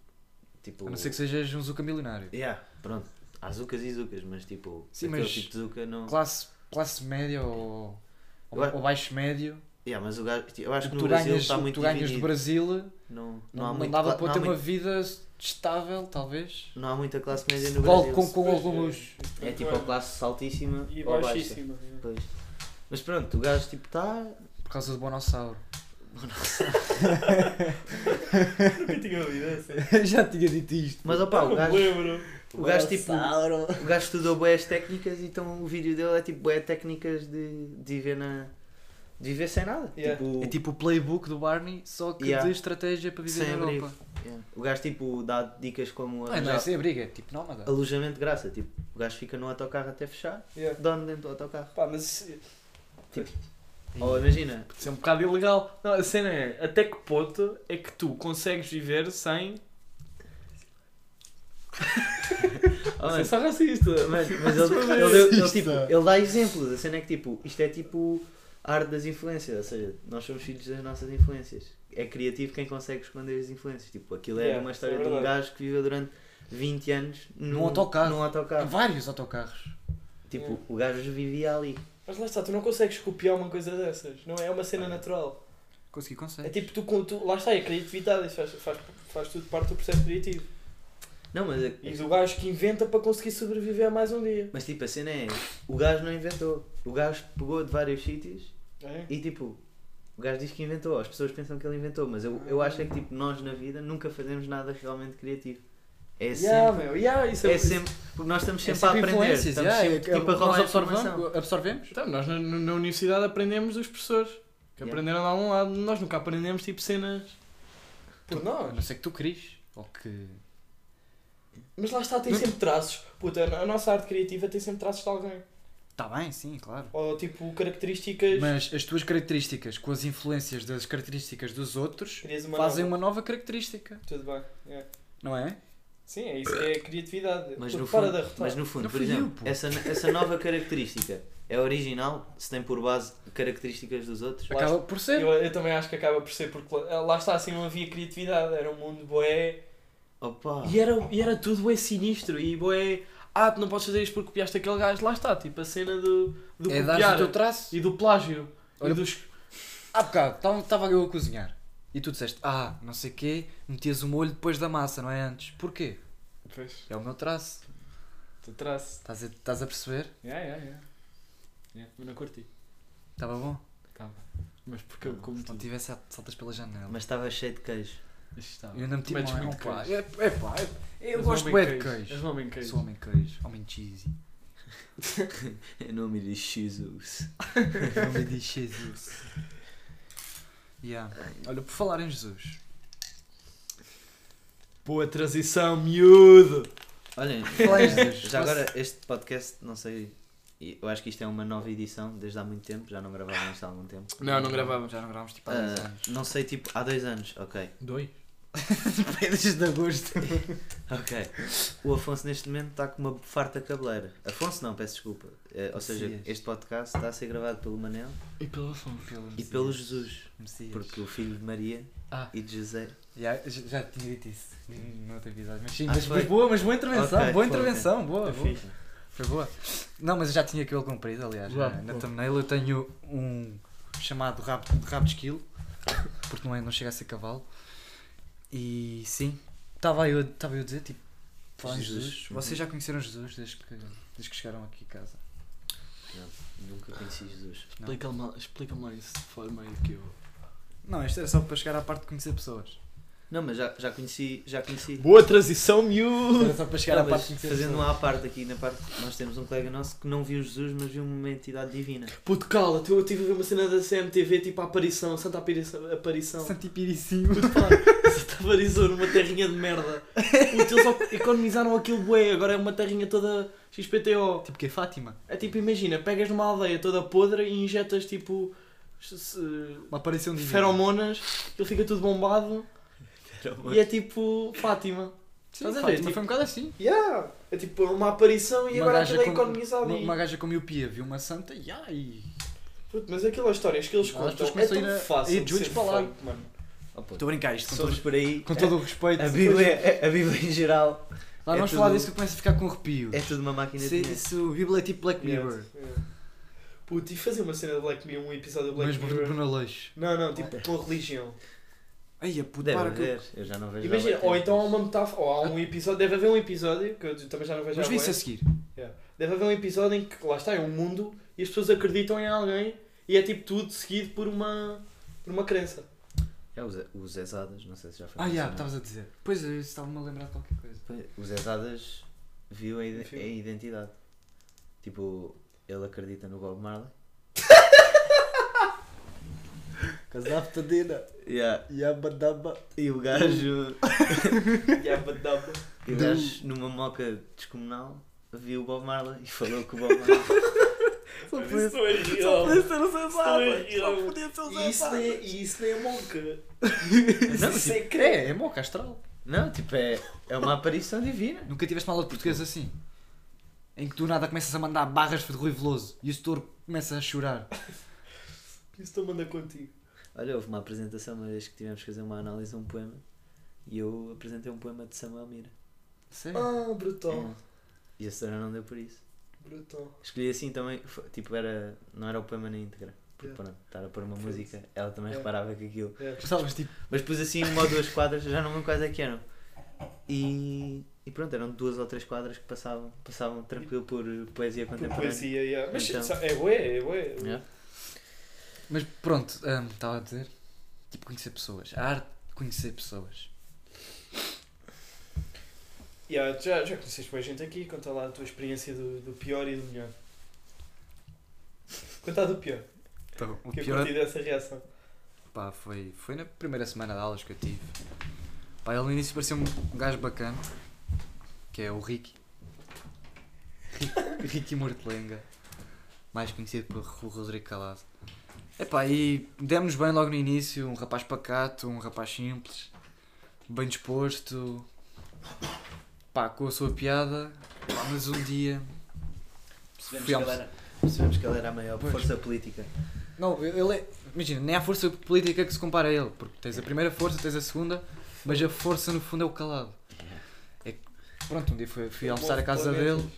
tipo A não ser que sejas um zuca milionário. Yeah, pronto. Há zucas e zucas, mas tipo, Sim, aquele mas- tipo de zuca não. Classe, classe média ou, ou, Eu acho- ou baixo médio. Yeah, mas o gajo, tipo, eu acho o que que tu no Brasil ganhas, está o que muito tu ganhas do dividido. Brasil Não, não, não, há não muito, dava cla- para não, ter há uma muito- vida estável, talvez. não há muita classe média no Logo Brasil. com, com Pois, alguns. é. É tipo a classe altíssima E ou baixa. baixíssima. yeah. Pois. Mas pronto, o gajo tipo está. Por causa do Bonossauro. Nunca tinha ouvido essa. Já tinha dito isto. Mas opá, o Não me gajo, lembro. o gajo tipo. O gajo estudou boas técnicas, então o vídeo dele é tipo boas técnicas de, de viver na. de viver sem nada. Yeah. Tipo, É tipo o playbook do Barney, só que Yeah. de estratégia para viver Sem na abrigo. Europa. yeah. O gajo tipo dá dicas Não, como. é- não arranjar- é sem abrigo, é tipo nómada. alojamento de graça. Tipo, o gajo fica no autocarro até fechar, Yeah. dorme dentro do autocarro. Pá, mas isso- Ou imagina, Isso é um bocado ilegal. Não, a cena é, até que ponto é que tu consegues viver sem oh, sem mano, ser racista? mas, mas ele, ele, deu- ele, tipo, ele dá exemplos. A cena é que tipo, isto é tipo a arte das influências. Ou seja, nós somos filhos das nossas influências. É criativo quem consegue esconder as influências. Tipo, aquilo é Yeah, uma é história de um verdade. gajo que viveu durante 20 anos Num autocarro. num autocarro. Vários autocarros. Tipo, Yeah. o gajo vivia ali. Mas lá está, tu não consegues copiar uma coisa dessas. Não é? É uma cena natural. Consegui, É consegue. tipo, tu, com- tu lá está, é criatividade. Isso faz, faz, faz tudo parte do processo criativo. Não, mas, a- É E do gajo que inventa para conseguir sobreviver a mais um dia. mas tipo, a cena é: o gajo não inventou. O gajo pegou de vários sítios É? E tipo, o gajo diz que inventou, as pessoas pensam que ele inventou, mas eu, eu acho é que tipo, nós na vida nunca fazemos nada realmente criativo. É sempre. yeah, meu, yeah, isso é sempre. Porque nós estamos sempre, a aprender. influências, Estamos yeah, sempre é- é- tipo, a nós roubar informação. absorvemos, absorvemos. Então, nós na, na- na universidade aprendemos dos professores. Que Yeah. aprenderam de algum lado. Nós nunca aprendemos tipo cenas. Por A nós. não ser que tu queres. Ou que. Mas lá está, tem sempre traços. Puta, a nossa arte criativa tem sempre traços de alguém. Está tá bem, sim, claro. Ou tipo, características. Mas as tuas características com as influências das características dos outros Crias uma fazem nova. uma nova característica, Tudo bem. é. não é? Sim, é isso que é a criatividade. Mas Puto, no, para fundo, de arrotar. mas no fundo, Não por fui eu, exemplo, pô. essa, essa nova característica é original se tem por base características dos outros. Acaba por ser. Eu, eu também acho que acaba por ser, porque lá lá está assim não havia criatividade, era um mundo boé. Opa! E era, e era tudo é sinistro. E é Ah, tu não podes fazer isto porque copiaste aquele gajo. Lá está, tipo a cena do, do É dar o copiar. teu traço. E do plágio. Olha- E dos... Há bocado, estava eu a cozinhar. E tu disseste, ah, não sei quê, metias o molho depois da massa, não é antes. Porquê? Pois, É o meu traço. tu traço. Estás a, estás a perceber? Yeah, yeah, yeah. Yeah, eu não curti. Estava bom? Mas porque eu como Se não tu. tivesse, sal- saltas pela janela. Mas estava cheio de queijo. Está. Eu ainda meti Metes mão, muito pá. queijo. É, é pá, é- eu És um gosto homem bué de És queijo. um homem queijo. Sou homem queijo, homem cheesy. Em nome de Jesus. Em nome de Jesus. Yeah. Olha, por falar em Jesus. Boa transição, miúdo! Olhem, Falar em eh, Jesus. já agora este podcast, não sei. Eu acho que isto é uma nova edição desde há muito tempo, já não gravávamos isto há algum tempo. Não, não gravávamos. Já não gravámos tipo há 10 Ah, anos. não sei, tipo, há dois anos, ok. Dois? Desde de agosto. Ok. O Afonso neste momento está com uma farta cabeleira. Afonso não, peço desculpa. Eh, ou seja, Messias. este podcast está a ser gravado pelo Manel E pelo Afonso. Pelo e pelo é. Jesus. Messias. Porque o filho de Maria Ah. e de José. Yeah, já, já tinha dito isso noutra episódio. Mas sim, Ah, mas, foi? mas boa, mas boa intervenção, boa Ok, foi, intervenção, boa, Tá boa. fixe. Foi boa. Não, mas eu já tinha aquilo comprido, aliás. eh, Já, na, na boa. thumbnail eu tenho um chamado rabo, de- rabo de esquilo, porque não, é, não chega a ser cavalo. E sim, estava eu, estava eu a dizer, tipo, Falar em Jesus. Jesus. Vocês já conheceram Jesus desde que, desde que chegaram aqui a casa? Nunca conheci Jesus. Explica-me lá- explica-me lá isso de forma aí que eu. Não, isto era só para chegar à parte de conhecer pessoas. Não, mas já, já conheci. Já conheci. Boa transição, miúdo! Era só para chegar à Não, mas parte de conhecer fazendo pessoas. lá à parte aqui, na parte nós temos um colega nosso que não viu Jesus, mas viu uma entidade divina. Puto, cala, eu tive a ver uma cena da CMTV, tipo a aparição, Santa Aparição. aparição. tipo Santipiríssimo. Puto, pá, Santa Aparição numa terrinha de merda. Puto, eles só economizaram aquilo bué, agora é uma terrinha toda XPTO. Tipo que é Fátima. É tipo, imagina, pegas numa aldeia toda podre e injetas tipo. se- se- Uma aparição divina. feromonas, ele fica tudo bombado e é tipo Fátima. Sim, Estás a ver, Fátima tipo- foi um bocado assim. Yeah. É tipo uma aparição e Uma agora gaja aquilo é com- economizado. Uma, e- uma gaja com miopia viu uma santa e ai. Puto, mas aquelas histórias que eles Ah, as contam pessoas é começam a tão ir a- a fácil ir de juntos ser para lá. feito, mano. Estou a brincar isto com Somos todo, por aí. com todo o respeito. é Então, a, a Bíblia, é- a, a Bíblia em geral Lá é vamos falar tudo- disso que eu começo a ficar com arrepio. é tudo uma máquina Isso, de dinheiro. isso, Bíblia é tipo Black Mirror. Yeah. Puto, e fazer uma cena de Black Mirror, um episódio de Black Mas Bruno Mirror. Bruno Aleixo. Não, não, tipo com religião. Ai, a puta, Deve para que... haver, eu já não vejo. Imagina, há bué ou tempo. então há uma metáfora, ou há um episódio, deve haver um episódio, que eu também já não vejo Vamos há ver bué. isso a seguir. Deve haver um episódio em que lá está, é um mundo e as pessoas acreditam em alguém e é tipo tudo seguido por uma, por uma crença. É os, os Ezadas, não sei se já foi. Ah, já, mencionado. estavas a dizer. Pois, eu estava-me a lembrar de qualquer coisa. Os Ezadas viu a, ide- Um filme. a identidade. Tipo, ele acredita no Bob Marley. Casar petadina Yeah. e a badaba. E o gajo, Yabadaba. e o gajo numa moca descomunal viu o Bob Marley e falou que o Bob Marley. Isso não é real. ser o Zé Zé Sá, só podia ser E é isso nem é- e isso nem é monca. Não, Isso é cré, é moca astral. Não, tipo, é, é uma aparição divina. Nunca tiveste uma aula de português assim? Em que do nada começas a mandar barras de Rui Veloso e o setor começa a chorar. Isso estou a mandar contigo. Olha, houve uma apresentação uma vez que tivemos que fazer uma análise de um poema e eu apresentei um poema de Samuel Mira. Sério? Ah, brutal. É. E a senhora não deu por isso. Brutal. Escolhi assim também, foi- tipo, era, não era o poema na íntegra. Porque Yeah. pronto, estar a pôr uma Foi música, ela também É. reparava que aquilo. É. Gostavas tipo. Mas pus assim uma ou duas quadras, eu já não lembro quais é que eram. E, e pronto, eram duas ou três quadras que passavam, passavam tranquilo por eh, poesia Por contemporânea. poesia, yeah. Mas Então. sabe, é bué, é bué. Yeah. Mas pronto, hum, estava a dizer. Tipo, conhecer pessoas. A arte de conhecer pessoas. Yeah, já, já conheceste mais gente aqui, conta lá a tua experiência do, do pior e do melhor. Conta a do pior, Então, o que é eu curti dessa reação. Pá, foi, foi na primeira semana de aulas que eu tive. Pá, ele no início parecia um gajo bacana, que é o Ricky. Ricky, Ricky Mortelenga, mais conhecido por o Rodrigo Calado. Epá, e demos bem logo no início, um rapaz pacato, um rapaz simples, bem disposto, pá, com a sua piada, pá, mas um dia... fui Percebemos que, ela almoçar- era, percebemos que ela era a maior Pois. força política. Não, ele é. Imagina, nem há força política que se compara a ele, porque tens a primeira força, tens a segunda, mas a força no fundo é o calado. É que, pronto, um dia fui, fui almoçar à casa dele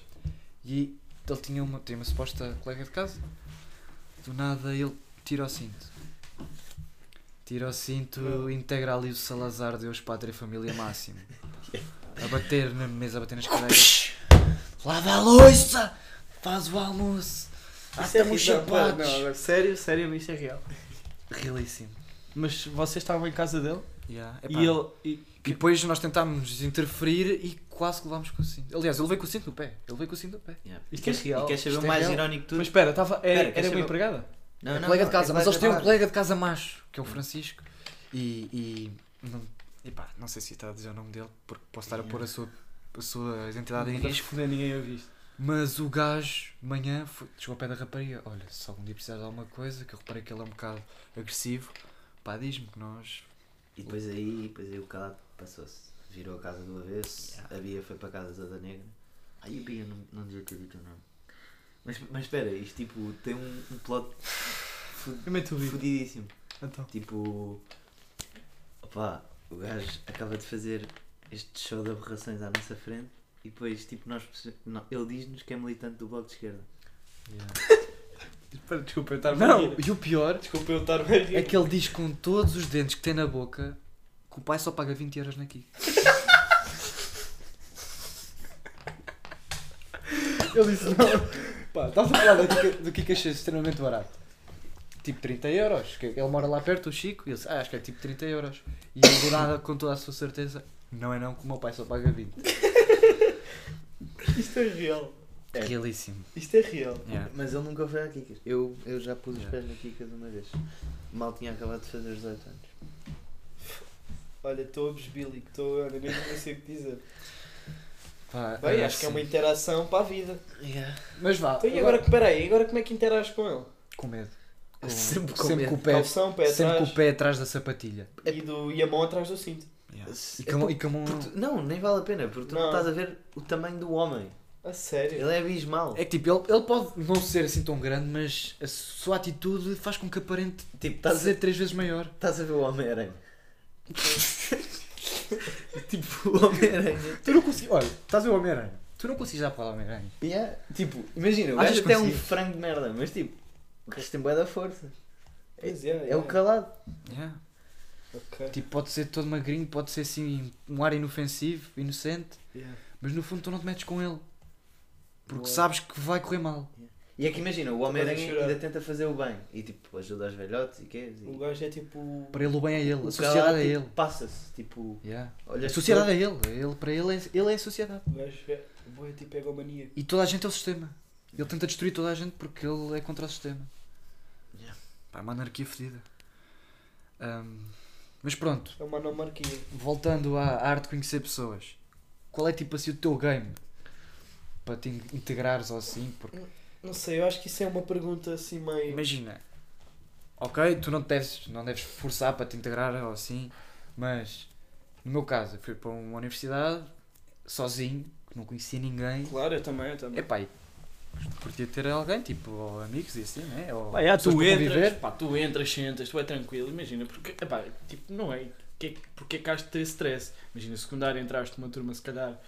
e ele tinha uma, tinha uma suposta colega de casa. Do nada ele tira o cinto. Tira o cinto, integra ali o Salazar, Deus, Pátria, Família Máximo. A bater na mesa, a bater nas cadeiras. Lava a louça! Faz o almoço! Isso é Ata-me os risado, pá. sapatos! Não, Sério, sério, isto é real. Realíssimo. Mas vocês estavam em casa dele Yeah. e Epá, ele. e- E depois nós tentámos interferir e quase que levámos com o cinto. Aliás, ele veio com o cinto no pé. Ele veio com o cinto no pé. Yeah. Isto é E- real, E queres saber isto o é mais real. irónico de tudo? Mas espera, tava, era, Espera, era queres uma saber- empregada? Não, É não, colega não, de casa, é mas eles têm um claro. colega de casa macho, que é o Francisco. E. e não, epá, não sei se está a dizer o nome dele, porque posso estar a pôr a sua, a sua identidade em Não vais risco. foder ninguém a ouvir isto. Mas o gajo, de manhã, foi- chegou ao pé da rapariga. Olha, se algum dia precisares de alguma coisa, que eu reparei que ele é um bocado agressivo, pá, diz-me que nós. E depois aí, depois aí o calado passou-se. Virou a casa do avesso, a Bia foi para a casa da negra. Aí a Bia não, não devia ter dito o nome. Mas, mas espera, isto tipo tem um, um plot fu- Eu meto o vídeo. fudidíssimo. Então. Tipo. Opá, o gajo acaba de fazer este show de aberrações à nossa frente e depois tipo nós perce- nó- ele diz-nos que é militante do Bloco de Esquerda. Espera, desculpa, eu estava Não, e o pior Desculpa eu estar a rir. É que ele diz com todos os dentes que tem na boca que o pai só paga 20 euros na Kik. Ele disse não. Pá, estás a falar do Kika- do Kika X extremamente barato. Tipo 30 euros. que Ele mora lá perto, o Chico, e ele disse, ah, acho que é tipo 30 euros. E ele do nada, com toda a sua certeza, não é não, que o meu pai só paga 20. Isto é real. É. Realíssimo. Isto é real. Yeah. Mas ele nunca foi à Kikas. Eu, eu já pus os Yeah. pés na Kikas uma vez. Mal tinha acabado de fazer os 18 anos. Olha, estou obsbílico, estou, olha, mesmo não sei o que dizer. Pá, Bem, acho que é uma assim. interação para a vida. Mas vá. Então e agora, peraí, agora como é que interages com ele? Com medo. Com- Sempre com sempre medo. com o pé. Calção, pé é sempre é atrás com o pé atrás da sapatilha. E, do, e a mão atrás do cinto. E com, e com um- a mão- Porque tu- não, nem vale a pena, porque tu não. Não. estás a ver o tamanho do homem. A sério? Ele é abismal. É que tipo, ele, ele pode não ser assim tão grande, mas a sua atitude faz com que aparente estás a Tipo, estás a, ser três vezes maior. estás a ver o Homem-Aranha. tipo, o Homem-Aranha. Tu não consegues. Olha, estás a ver o Homem-Aranha. Tu não consegues dar para o Homem-Aranha. Yeah, Tipo, imagina, o Achas gajo que até é um conseguia? frango de merda, mas tipo, o gajo tem boa da força. Pois é, É o calado. Ok. Tipo, pode ser todo magrinho, pode ser assim, um ar inofensivo, inocente, Yeah. mas no fundo tu não te metes com ele. Porque Boa. sabes que vai correr mal. E é que imagina, o vais Homem-Aranha chorar. ainda tenta fazer o bem. E tipo, ajuda os velhotes e quê? O E... gajo é tipo. Para ele o bem é ele, o a sociedade calado, é tipo, ele. Passa-se, tipo, Yeah. olha. A sociedade é ele. ele. Para ele é, ele é a sociedade. O gajo é. O boy é tipo egomaníaco. E toda a gente é o sistema. Ele tenta destruir toda a gente porque ele é contra o sistema. Yeah. Pá, é uma anarquia fedida. Ahm, mas pronto, É uma anomarquia. voltando à à arte de conhecer pessoas, qual é tipo assim o teu game? Para te in- integrares ou assim? Porque, Não sei, eu acho que isso é uma pergunta assim É. meio. imagina, ok, tu não te deves, não deves forçar para te integrar ou assim, mas no meu caso, eu fui para uma universidade sozinho, que não conhecia ninguém. Claro, eu também, eu também. É, Epá, e curtia ter alguém, tipo, ou amigos e assim, né? Ou Pá, já, pessoas tu para entras, conviver. pá, tu entras, sentas, tu é tranquilo, imagina, porque, epá, tipo, não é, que é que- porque é que has de ter stress? Imagina, secundário entraste numa turma, se calhar,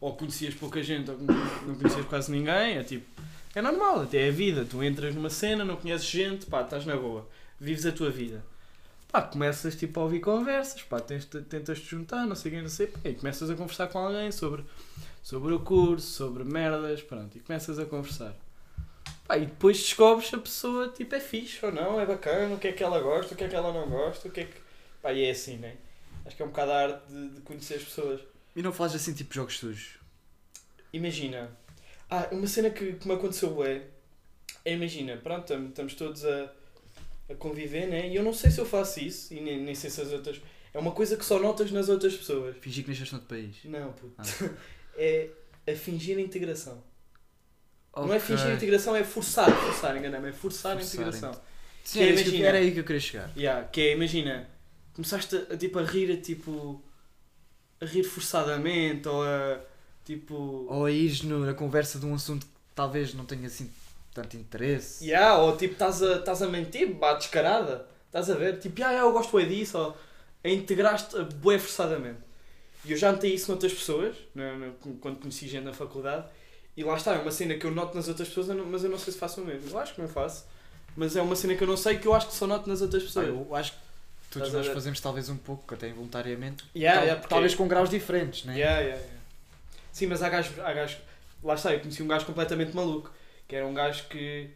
ou conhecias pouca gente, ou não conhecias quase ninguém, é tipo, é normal, até é a vida, tu entras numa cena, não conheces gente, pá, estás na boa, vives a tua vida. Pá, começas, tipo, a ouvir conversas, pá, tens, de- tentas-te juntar, não sei quem, não sei, pá, e começas a conversar com alguém sobre, sobre o curso, sobre merdas, pronto, e começas a conversar. Pá, e depois descobres se a pessoa tipo, é fixe. Ou não, é bacana, o que é que ela gosta, o que é que ela não gosta, o que é que. Pá, e é assim, né? Acho que é um bocado a arte de, de conhecer as pessoas. E não fazes assim, tipo, jogos sujos. Imagina. Ah, uma cena que, que me aconteceu é. é imagina, pronto, tam- estamos todos a, a conviver, né? E eu não sei se eu faço isso, e nem, nem sei se as outras. É uma coisa que só notas nas outras pessoas. Fingir que nasceste noutro país. Não, puto. Ah. É a fingir a integração. Não é fingir a integração, é forçar, forçar, enganei-me, é forçar, a Forçar, integração. Sim, era, isso que eu- Imagina. era aí que eu queria chegar. Yeah, que é, imagina, começaste a, a, tipo, a rir, a, tipo, a rir forçadamente, ou a, tipo, Ou a ires no- na conversa de um assunto que talvez não tenha assim tanto interesse. yeah, ou tipo, estás a, estás a mentir, bá, descarada, estás a ver, tipo, yeah, yeah, eu gosto é disso, ou a integraste a bué forçadamente. E eu já notei isso noutras pessoas, na- na- quando conheci gente na faculdade, e lá está, é uma cena que eu noto nas outras pessoas, eu não- mas eu não sei se faço o mesmo, eu acho que não faço. Mas é uma cena que eu não sei que eu acho que só noto nas outras Ah, pessoas. eu acho que todos Estás a nós ver? fazemos talvez um pouco, até involuntariamente. Yeah, Tal- yeah, porque- é Talvez com graus diferentes, né? Yeah, yeah, yeah. Sim, mas há gajos, há gajos. Lá está, eu conheci um gajo completamente maluco. Que era um gajo que.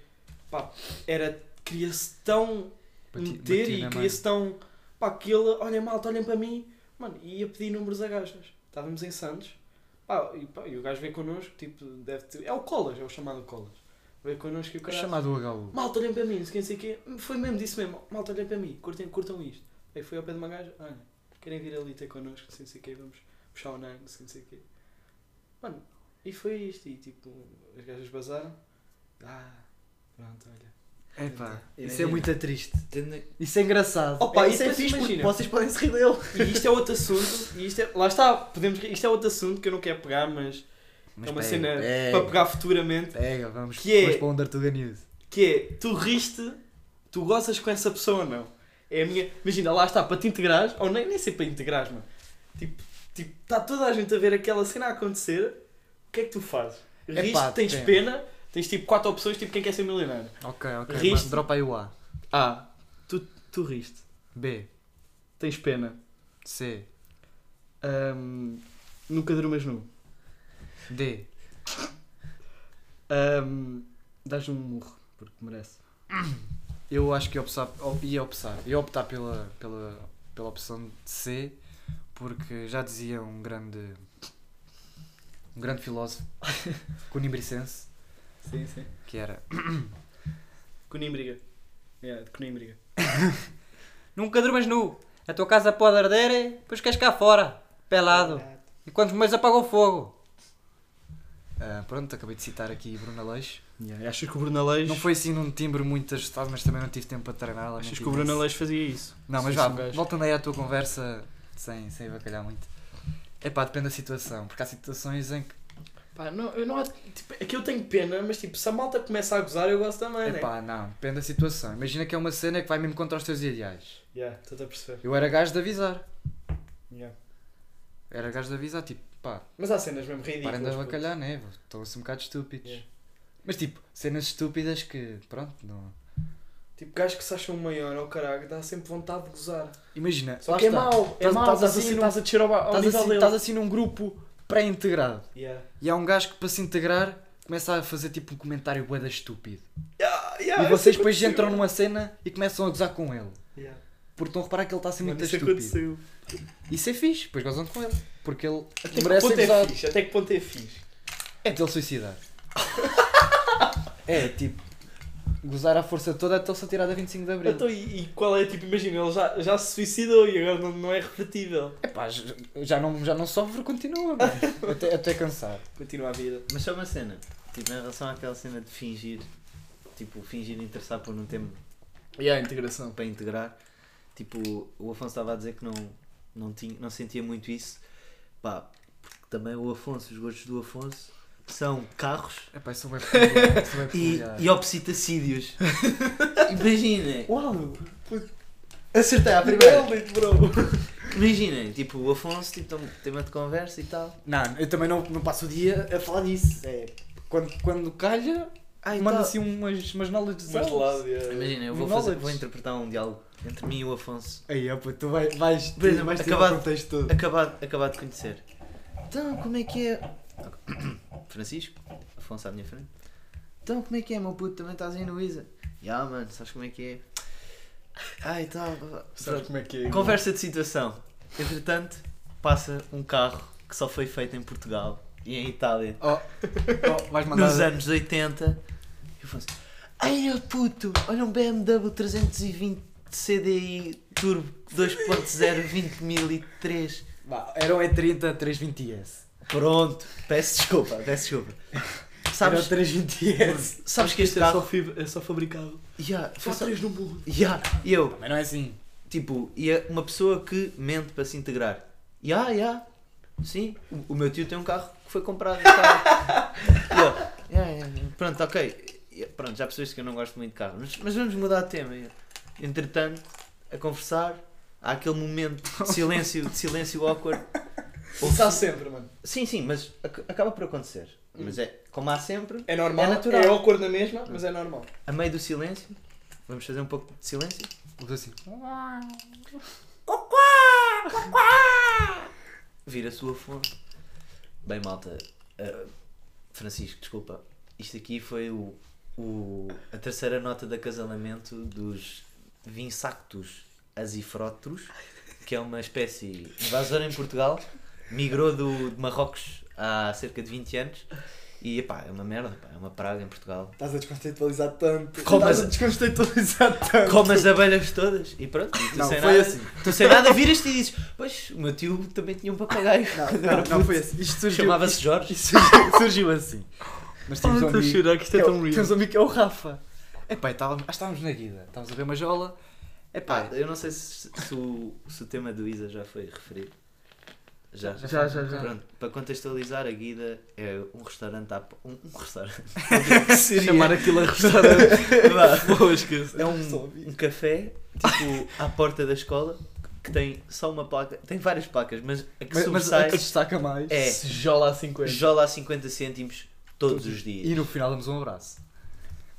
Pá, era. Queria-se tão Bati- meter bati e tipo na queria-se tão. Pá, que ele. Olhem malta, olhem para mim. Mano, e ia pedir números a gajas. Estávamos em Santos. Pá, e, pá, e o gajo veio connosco, tipo, deve ter. É o Colas, é o chamado Colas. Veio connosco e o mãe. cara. É Chamado HU. Malta, olhem para mim, não sei quem, sei quê. Foi mesmo, disse mesmo. Malta, olhem para mim, curtem, curtam isto. Aí foi ao pé de uma gaja, olha, querem vir ali ter connosco, não sei, não sei quê, vamos puxar o nang, não sei, não sei quê. Mano, e foi isto. E tipo, as gajas basaram. Ah, pronto, olha. Epá, isso é Imagina. muito triste. Tendo- Isso é engraçado. Opa, É, isso é depois fixe, porque imagina. Vocês podem se rir dele. E isto é outro assunto, e isto é, lá está, podemos, isto é outro assunto que eu não quero pegar, mas, Mas é uma pega, cena pega, para pegar futuramente. Pega, vamos Que é- depois para o Undertuga News. que é tu riste, tu gozas com essa pessoa ou não. É a minha. Imagina, lá está, para te integrares, ou nem, nem sei para integrares, mano. Tipo, tipo, está toda a gente a ver aquela cena a acontecer, o que é que tu fazes? Riste, Epá, tens tem. pena, tens tipo quatro opções, tipo quem quer ser milionário. Ok, ok. Riste. mas Dropa aí o A. Ah, A. Tu, tu riste, B. tens pena, C. Ahm, nunca durmas nu, D. Ahm, Dás-lhe um murro, porque merece. Eu acho que ia optar, ia optar, ia optar pela, pela, pela opção de C, porque já dizia um grande um grande filósofo cunibricense, Sim, sim. que era Conímbriga. É, de Conímbriga. Nunca durmas nu, a tua casa pode arder, é? pois queres cá fora, pelado, e quando mais apaga o fogo. Ah, pronto, acabei de citar aqui Bruno Aleixo. Yeah, achas que o Bruno Aleixo... Não foi assim num timbre muito ajustado, mas também não tive tempo para treinar. lamento Achas que o Bruno imenso. Aleixo fazia isso? Não, mas Se vá, fosse um gajo. voltando aí à tua conversa, sem, sem bacalhar muito. É pá, depende da situação, porque há situações em que. Pá, não, eu não. Tipo, aqui eu tenho pena, mas tipo, se a malta começa a gozar, eu gosto também, É né? pá, não, depende da situação. Imagina que é uma cena que vai mesmo contra os teus ideais. Yeah, estou a perceber. Eu era gajo de avisar. Yeah. Era gajo de avisar, tipo, pá, Mas há cenas mesmo ridículas. parem de puto. abacalhar, né? Estão-se um bocado estúpidos. Yeah. Mas tipo, cenas estúpidas que, pronto, não. Tipo, gajos que se acham maior, oh caralho, dá sempre vontade de gozar. Imagina, Só lá que é está. mau, é Tás- mau, tás estás assim assim, num- estás a descer ao, ba- ao Estás nível assim, dele. estás assim num grupo pré-integrado. Yeah. E há um gajo que, para se integrar, começa a fazer tipo um comentário boeda estúpido. Yeah, yeah, E isso vocês depois aconteceu. entram numa cena e começam a gozar com ele. Yeah. Porque estão a reparar que ele está a ser Mano, muito isso estúpido. aconteceu. Isso é fixe, depois gozam com ele. Porque ele Até que merece ponto ser é gozado. fixe? Até que ponto é fixe? É dele suicidar. é tipo, gozar à força toda até ele se tirar da 25 de Abril. Então, e, e qual é, tipo, imagina, ele já, já se suicidou e agora não, não é revertível. Epá, já, já não, já não sofre, continua, mano. até, até cansar. Continua a vida. Mas só uma cena, tipo, em relação àquela cena de fingir, tipo, fingir interessar por um tema E há a integração. para integrar, tipo, o Afonso estava a dizer que não, não, tinha, não sentia muito isso, pá, porque também o Afonso, os gostos do Afonso são carros Epá, isso não é peculiar, isso não é e, peculiar. e opsitacídios. Imaginem, Uau! acertei à primeira. Velvet, bro! Imaginem, tipo, o Afonso, tipo, tem um tema de conversa e tal. Não, eu também não, não passo o dia a falar disso. É, quando, quando calha, Ah, e manda tal. assim umas, umas knowledge de Mas de lado, yeah. Imagina, eu vou, fazer, vou interpretar um diálogo entre mim e o Afonso. Aí, opa, tu vai, vais, Por exemplo, vais tirar acabado- o contexto todo. Acabado, acabado de conhecer. Então, como é que é. Francisco, Afonso à minha frente. Então, como é que é, meu puto? Também estás aí no Isa? Ya, mano, sabes como é que é? Ah, e tal. Sabes como é que é? Conversa de situação. Entretanto, passa um carro que só foi feito em Portugal e em Itália Oh, oh, vais mandar. nos anos 80. E o Afonso, ai meu puto, olha um BMW 320 CDI Turbo 2.0 2003. Vá, era o E30 320S. Pronto, peço desculpa, peço desculpa. Era o Sabes, 320S. sabes que Este este é só, carro. fib... é só fabricado. Yeah, foi Só só- três no mundo. yeah, e eu, Mas não é assim. tipo, e é uma pessoa que mente para se integrar. Ya, yeah, ya. Yeah. Sim, o, o meu tio tem um carro que foi comprado. em Itália. E eu, yeah, yeah, yeah. Pronto, ok. Yeah, Pronto, já percebeste que eu não gosto muito de carro, mas, mas vamos mudar de tema. E eu, Entretanto, a conversar, há aquele momento de silêncio, de silêncio awkward. Isso há sempre, mano. Sim, sim, mas ac- acaba por acontecer. Mas é, como há sempre, É normal, É é, natural. awkward na mesma, mas é normal. A meio do silêncio, vamos fazer um pouco de silêncio. Mas assim. Vira a sua fonte. Bem, malta. eh, Francisco, desculpa. Isto aqui foi o, o- a terceira nota de acasalamento dos Vinsactus azifrótrus, que é uma espécie invasora em Portugal. Migrou do, de Marrocos há cerca de 20 anos. E, epá, é uma merda, pá, é uma praga em Portugal. Estás a descontextualizar tanto. Como Estás assim? a descontextualizar tanto. Come as abelhas todas e pronto. E tu Não, sem foi nada, assim. Tu sem nada viras-te e dizes: Pois, o meu tio também tinha um papagaio. Não, não, não foi assim. Isto surgiu. Chamava-se Jorge. Isto surgiu, surgiu assim. Nós Ah, temos estou um a amigo. chorar que isto é que tão o- real. Temos um amigo que é o Rafa. Epá, e estávamos, acho que estávamos na guida. Estávamos a ver uma jola. Pá, Epá, eu não sei se, se o, se o tema do Isa já foi referido. Já. Já, já, já. Pronto, para contextualizar, a Guida é um restaurante à po- um, um restaurante. Ah, Chamar aquilo a restaurante. Vou esquecer. é um, um café, tipo, à porta da escola, que tem só uma placa. Tem várias placas, mas a que mas, mas a sobressai que se destaca mais. é Se jola a assim 50. jola a 50 cêntimos todos os dias. E no final damos um abraço.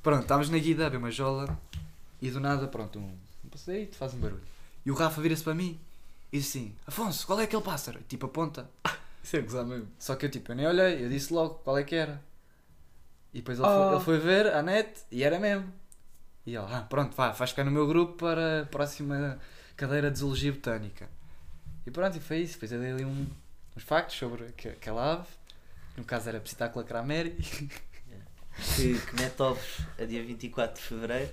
Pronto, estávamos na guida a ver uma jola. E do nada, pronto, um um passeio faz um barulho. E o Rafa vira-se para mim e diz assim: Afonso, qual é aquele pássaro? E, Tipo, aponta. Isso é gozar mesmo. Só que eu tipo, eu nem olhei, eu disse logo qual é que era. E E depois ele, Ah. foi, ele foi ver à net e era mesmo. E ele, ah, pronto, vá, faz ficar no meu grupo para a próxima cadeira de Zoologia Botânica. E pronto, e foi isso. Depois eu dei ali um, uns factos sobre aque- aquela ave, que no caso era Psitacula crameri. que, que mete ovos a dia 24 de fevereiro,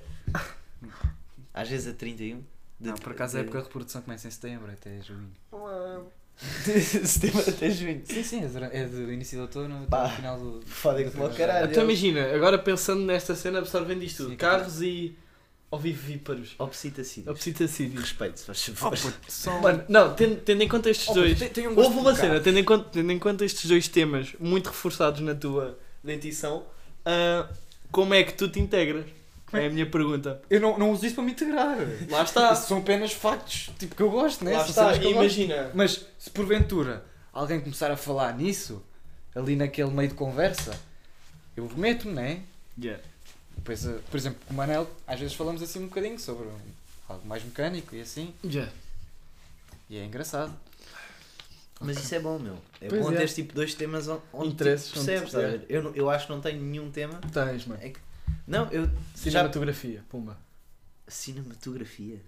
às vezes a 31. de- Não, por acaso é de- porque a reprodução começa em setembro até é junho. Setembro até junho. Sim, sim, é dura- é do início de outono até Pá. o final do. Fodem como ao caralho. Então imagina, agora pensando nesta cena, absorvendo isto tudo: Sim, carros e ovivíparos, Opsitacídio. obsitacídios. Respeito, se faz Oh, favor. puto, só- Mano, não, tendo, tendo em conta estes Oh, puto, dois. tem- tem um gosto Houve uma de cena, carro. tendo em, conta, tendo em conta estes dois temas muito reforçados na tua dentição, ah, como é que tu te integras? É a minha pergunta. Eu não, não uso isso para me integrar. Lá está. Isso são apenas factos, tipo, que eu gosto, né? Lá São está, cenas que eu gosto. imagina. Mas se porventura alguém começar a falar nisso, ali naquele meio de conversa, eu meto-me, né? Depois, eh, por exemplo, com o Manel, às vezes falamos assim um bocadinho sobre algo mais mecânico e assim, e é engraçado. Mas isso é bom, meu. É Pois bom é. teres tipo dois temas on- onde tu Interesses, um onde percebes, tu- estás a ver? Eu, não- eu acho que não tenho nenhum tema. Tens, mano. É que- Não, eu. Já... Cinematografia, pumba. Cinematografia.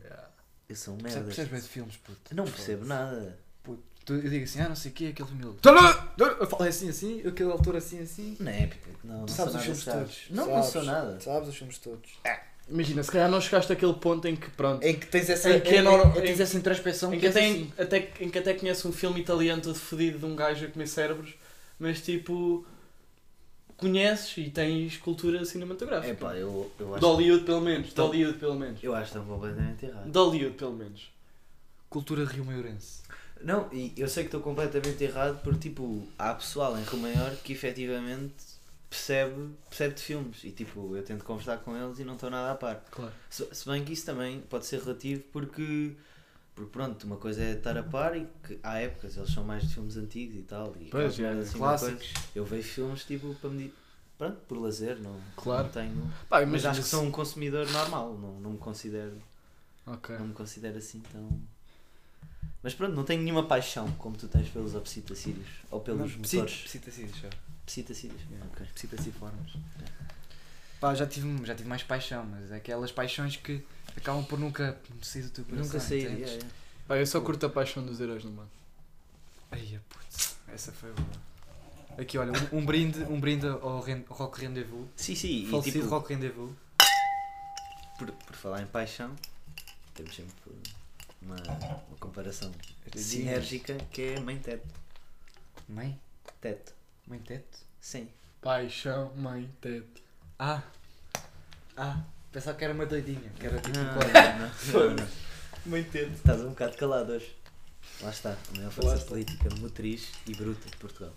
Eu sou um merda. Percebes percebes bem de filmes, puto. Não percebo nada. Puto, tu- eu digo assim, ah, não sei o que, aquele filme. Eu falo assim, assim, aquele autor assim, assim. Não é, Pipo, não, não Tu sou sabes os nada. filmes sabes. todos. Não, não Sabes. sou nada. Sabes os filmes todos. Imagina, se calhar não chegaste àquele ponto em que, pronto, Em que tens essa, Em que em- é normal- em- tens em- essa introspeção em, que que és até, assim. até que- em que até conhece um filme italiano todo fodido de um gajo a comer cérebros, mas tipo, conheces e tens cultura É cinematográfica. pá, eu, eu de acho. Hollywood, pelo menos. De Hollywood, pelo menos. Eu acho que estão completamente errado. De Hollywood, pelo menos. Cultura rio-maiorense. Não, e eu sei que estou completamente errado porque tipo, há pessoal em Rio Maior que efetivamente percebe, percebe de filmes e tipo, eu tento conversar com eles e não estou nada a par. Claro. Se, se bem que isso também pode ser relativo porque, porque pronto, uma coisa é estar a par e que há épocas, eles são mais de filmes antigos e tal. E Pois, aquela é, merda assim, uma Clássicos. coisa- Eu vejo filmes tipo para me pronto, por lazer, não, Claro. não tenho. Pá, Mas imagina acho que se- sou um consumidor normal, não, não me considero. Ok. Não me considero assim tão. Mas pronto, não tenho nenhuma paixão como tu tens pelos opsitacídeos ou pelos motores. Assim Psitacídeos, já. Psitacídeos. Yeah. Ok. Psitaciformes. Pá, já tive, já tive mais paixão, mas é aquelas paixões que acabam por nunca sair do teu coração. Nunca saí. entendes? yeah, yeah. Pá, eu só curto a paixão dos heróis no mano. Ai, é, putz, essa foi boa. Aqui, olha, um, um brinde, um brinde ao ren- Rock Rendezvous. Sim, sim. E Falecido tipo, Rock Rendezvous. por, por falar em paixão, temos sempre uma, uma comparação sinérgica que é mãe teto. Mãe? Teto. Mãe teto? Sim. Paixão, mãe, teto. Ah! Ah! Pensava que era uma doidinha, que era tipo um Ah, código. né? não, não, não. Mãe, teto. Estás um bocado calado hoje. Lá está, a maior Lá força está. política motriz e bruta de Portugal.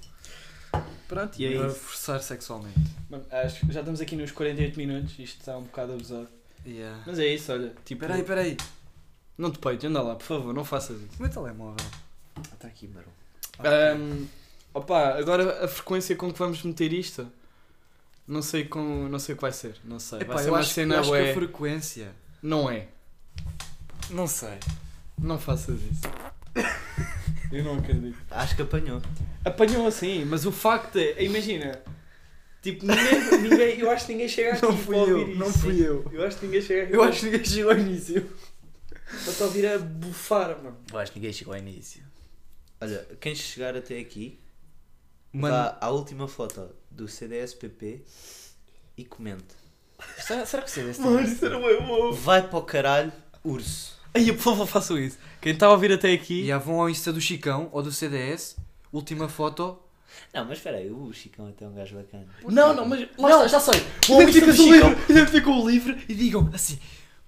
Pronto, e é Melhor isso. forçar sexualmente. Mano, acho que já estamos aqui nos 48 minutos. Isto está um bocado abusado. Yeah. Mas é isso, olha. Tipo, Peraí, peraí. não te peites, anda lá, por favor, não faças isso. O meu telemóvel. Está aqui, Marão. Ah, Ahm, opa, agora a frequência com que vamos meter isto, não sei com, não sei o que vai ser, não sei. Epá, vai ser eu uma acho, cena eu acho que bué- a frequência. Não é, Não sei. não faças isso. eu não acredito. Acho que apanhou. Apanham assim, mas o facto é, imagina, tipo, ninguém, ninguém- eu acho que ninguém chega aqui Não para fui ouvir eu, isso. não fui eu. Eu acho que ninguém chega aqui Eu acho é que ninguém chegou ao início. para te ouvir a bufar, mano. Eu acho que ninguém chegou ao início. Olha, quem chegar até aqui, Mano, vá à última foto do CDSPP e comenta. será, será que você bem bom. Vai para o caralho, urso. Aí, por favor, façam isso. Quem está a ouvir até aqui, E vão ao Insta do Chicão ou do CDS, última foto. Não, mas espera aí, o Chicão é até um gajo bacana. Não, não, mas. Lá não, está, já sei. Vão ao Insta do Identificam é o Chicão. livro, identificam o livro e digam assim.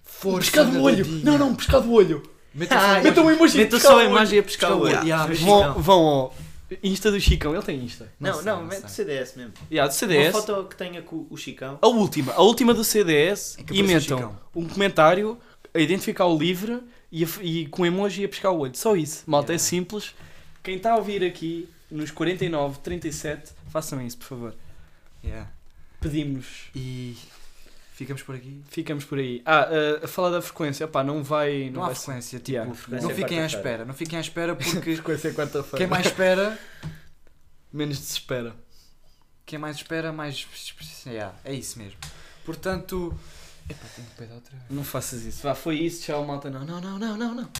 Força. um pescado o olho! nadadinha." Não, não, um pescado o olho! Metam só uma- Metam uma imagem Meta só a imagem a pescar o olho. olho. Yeah, Do mas Chicão. Vão, vão ao Insta do Chicão, ele tem Insta. Não Não, sei, não, não mete sei. o CDS mesmo. Yeah, do Uma CDS. foto que tenha com o Chicão. A última, a última do CDS Em É que e aparece o metam Chicão. um comentário a identificar o livre e, a f- e com emoji a pescar o olho. Só isso, malta, é Yeah. simples. Quem está a ouvir aqui nos 49, 37, façam isso, por favor. Yeah. Pedimos. E ficamos por aqui. Ficamos por aí. Ah, ah, a falar da frequência, pá, não vai. Não, há vai ser- frequência, tipo, Yeah. Frequência não é fiquem à quarta-feira. espera, não fiquem à espera porque Frequência é quem quarta-feira. mais espera, Menos desespera. quem mais espera, mais. Yeah, é isso mesmo. Portanto. Epá, tenho que peidar outra vez. Não faças isso. Vá, foi isso. Tchau, malta. Não, não, não, não, não. não.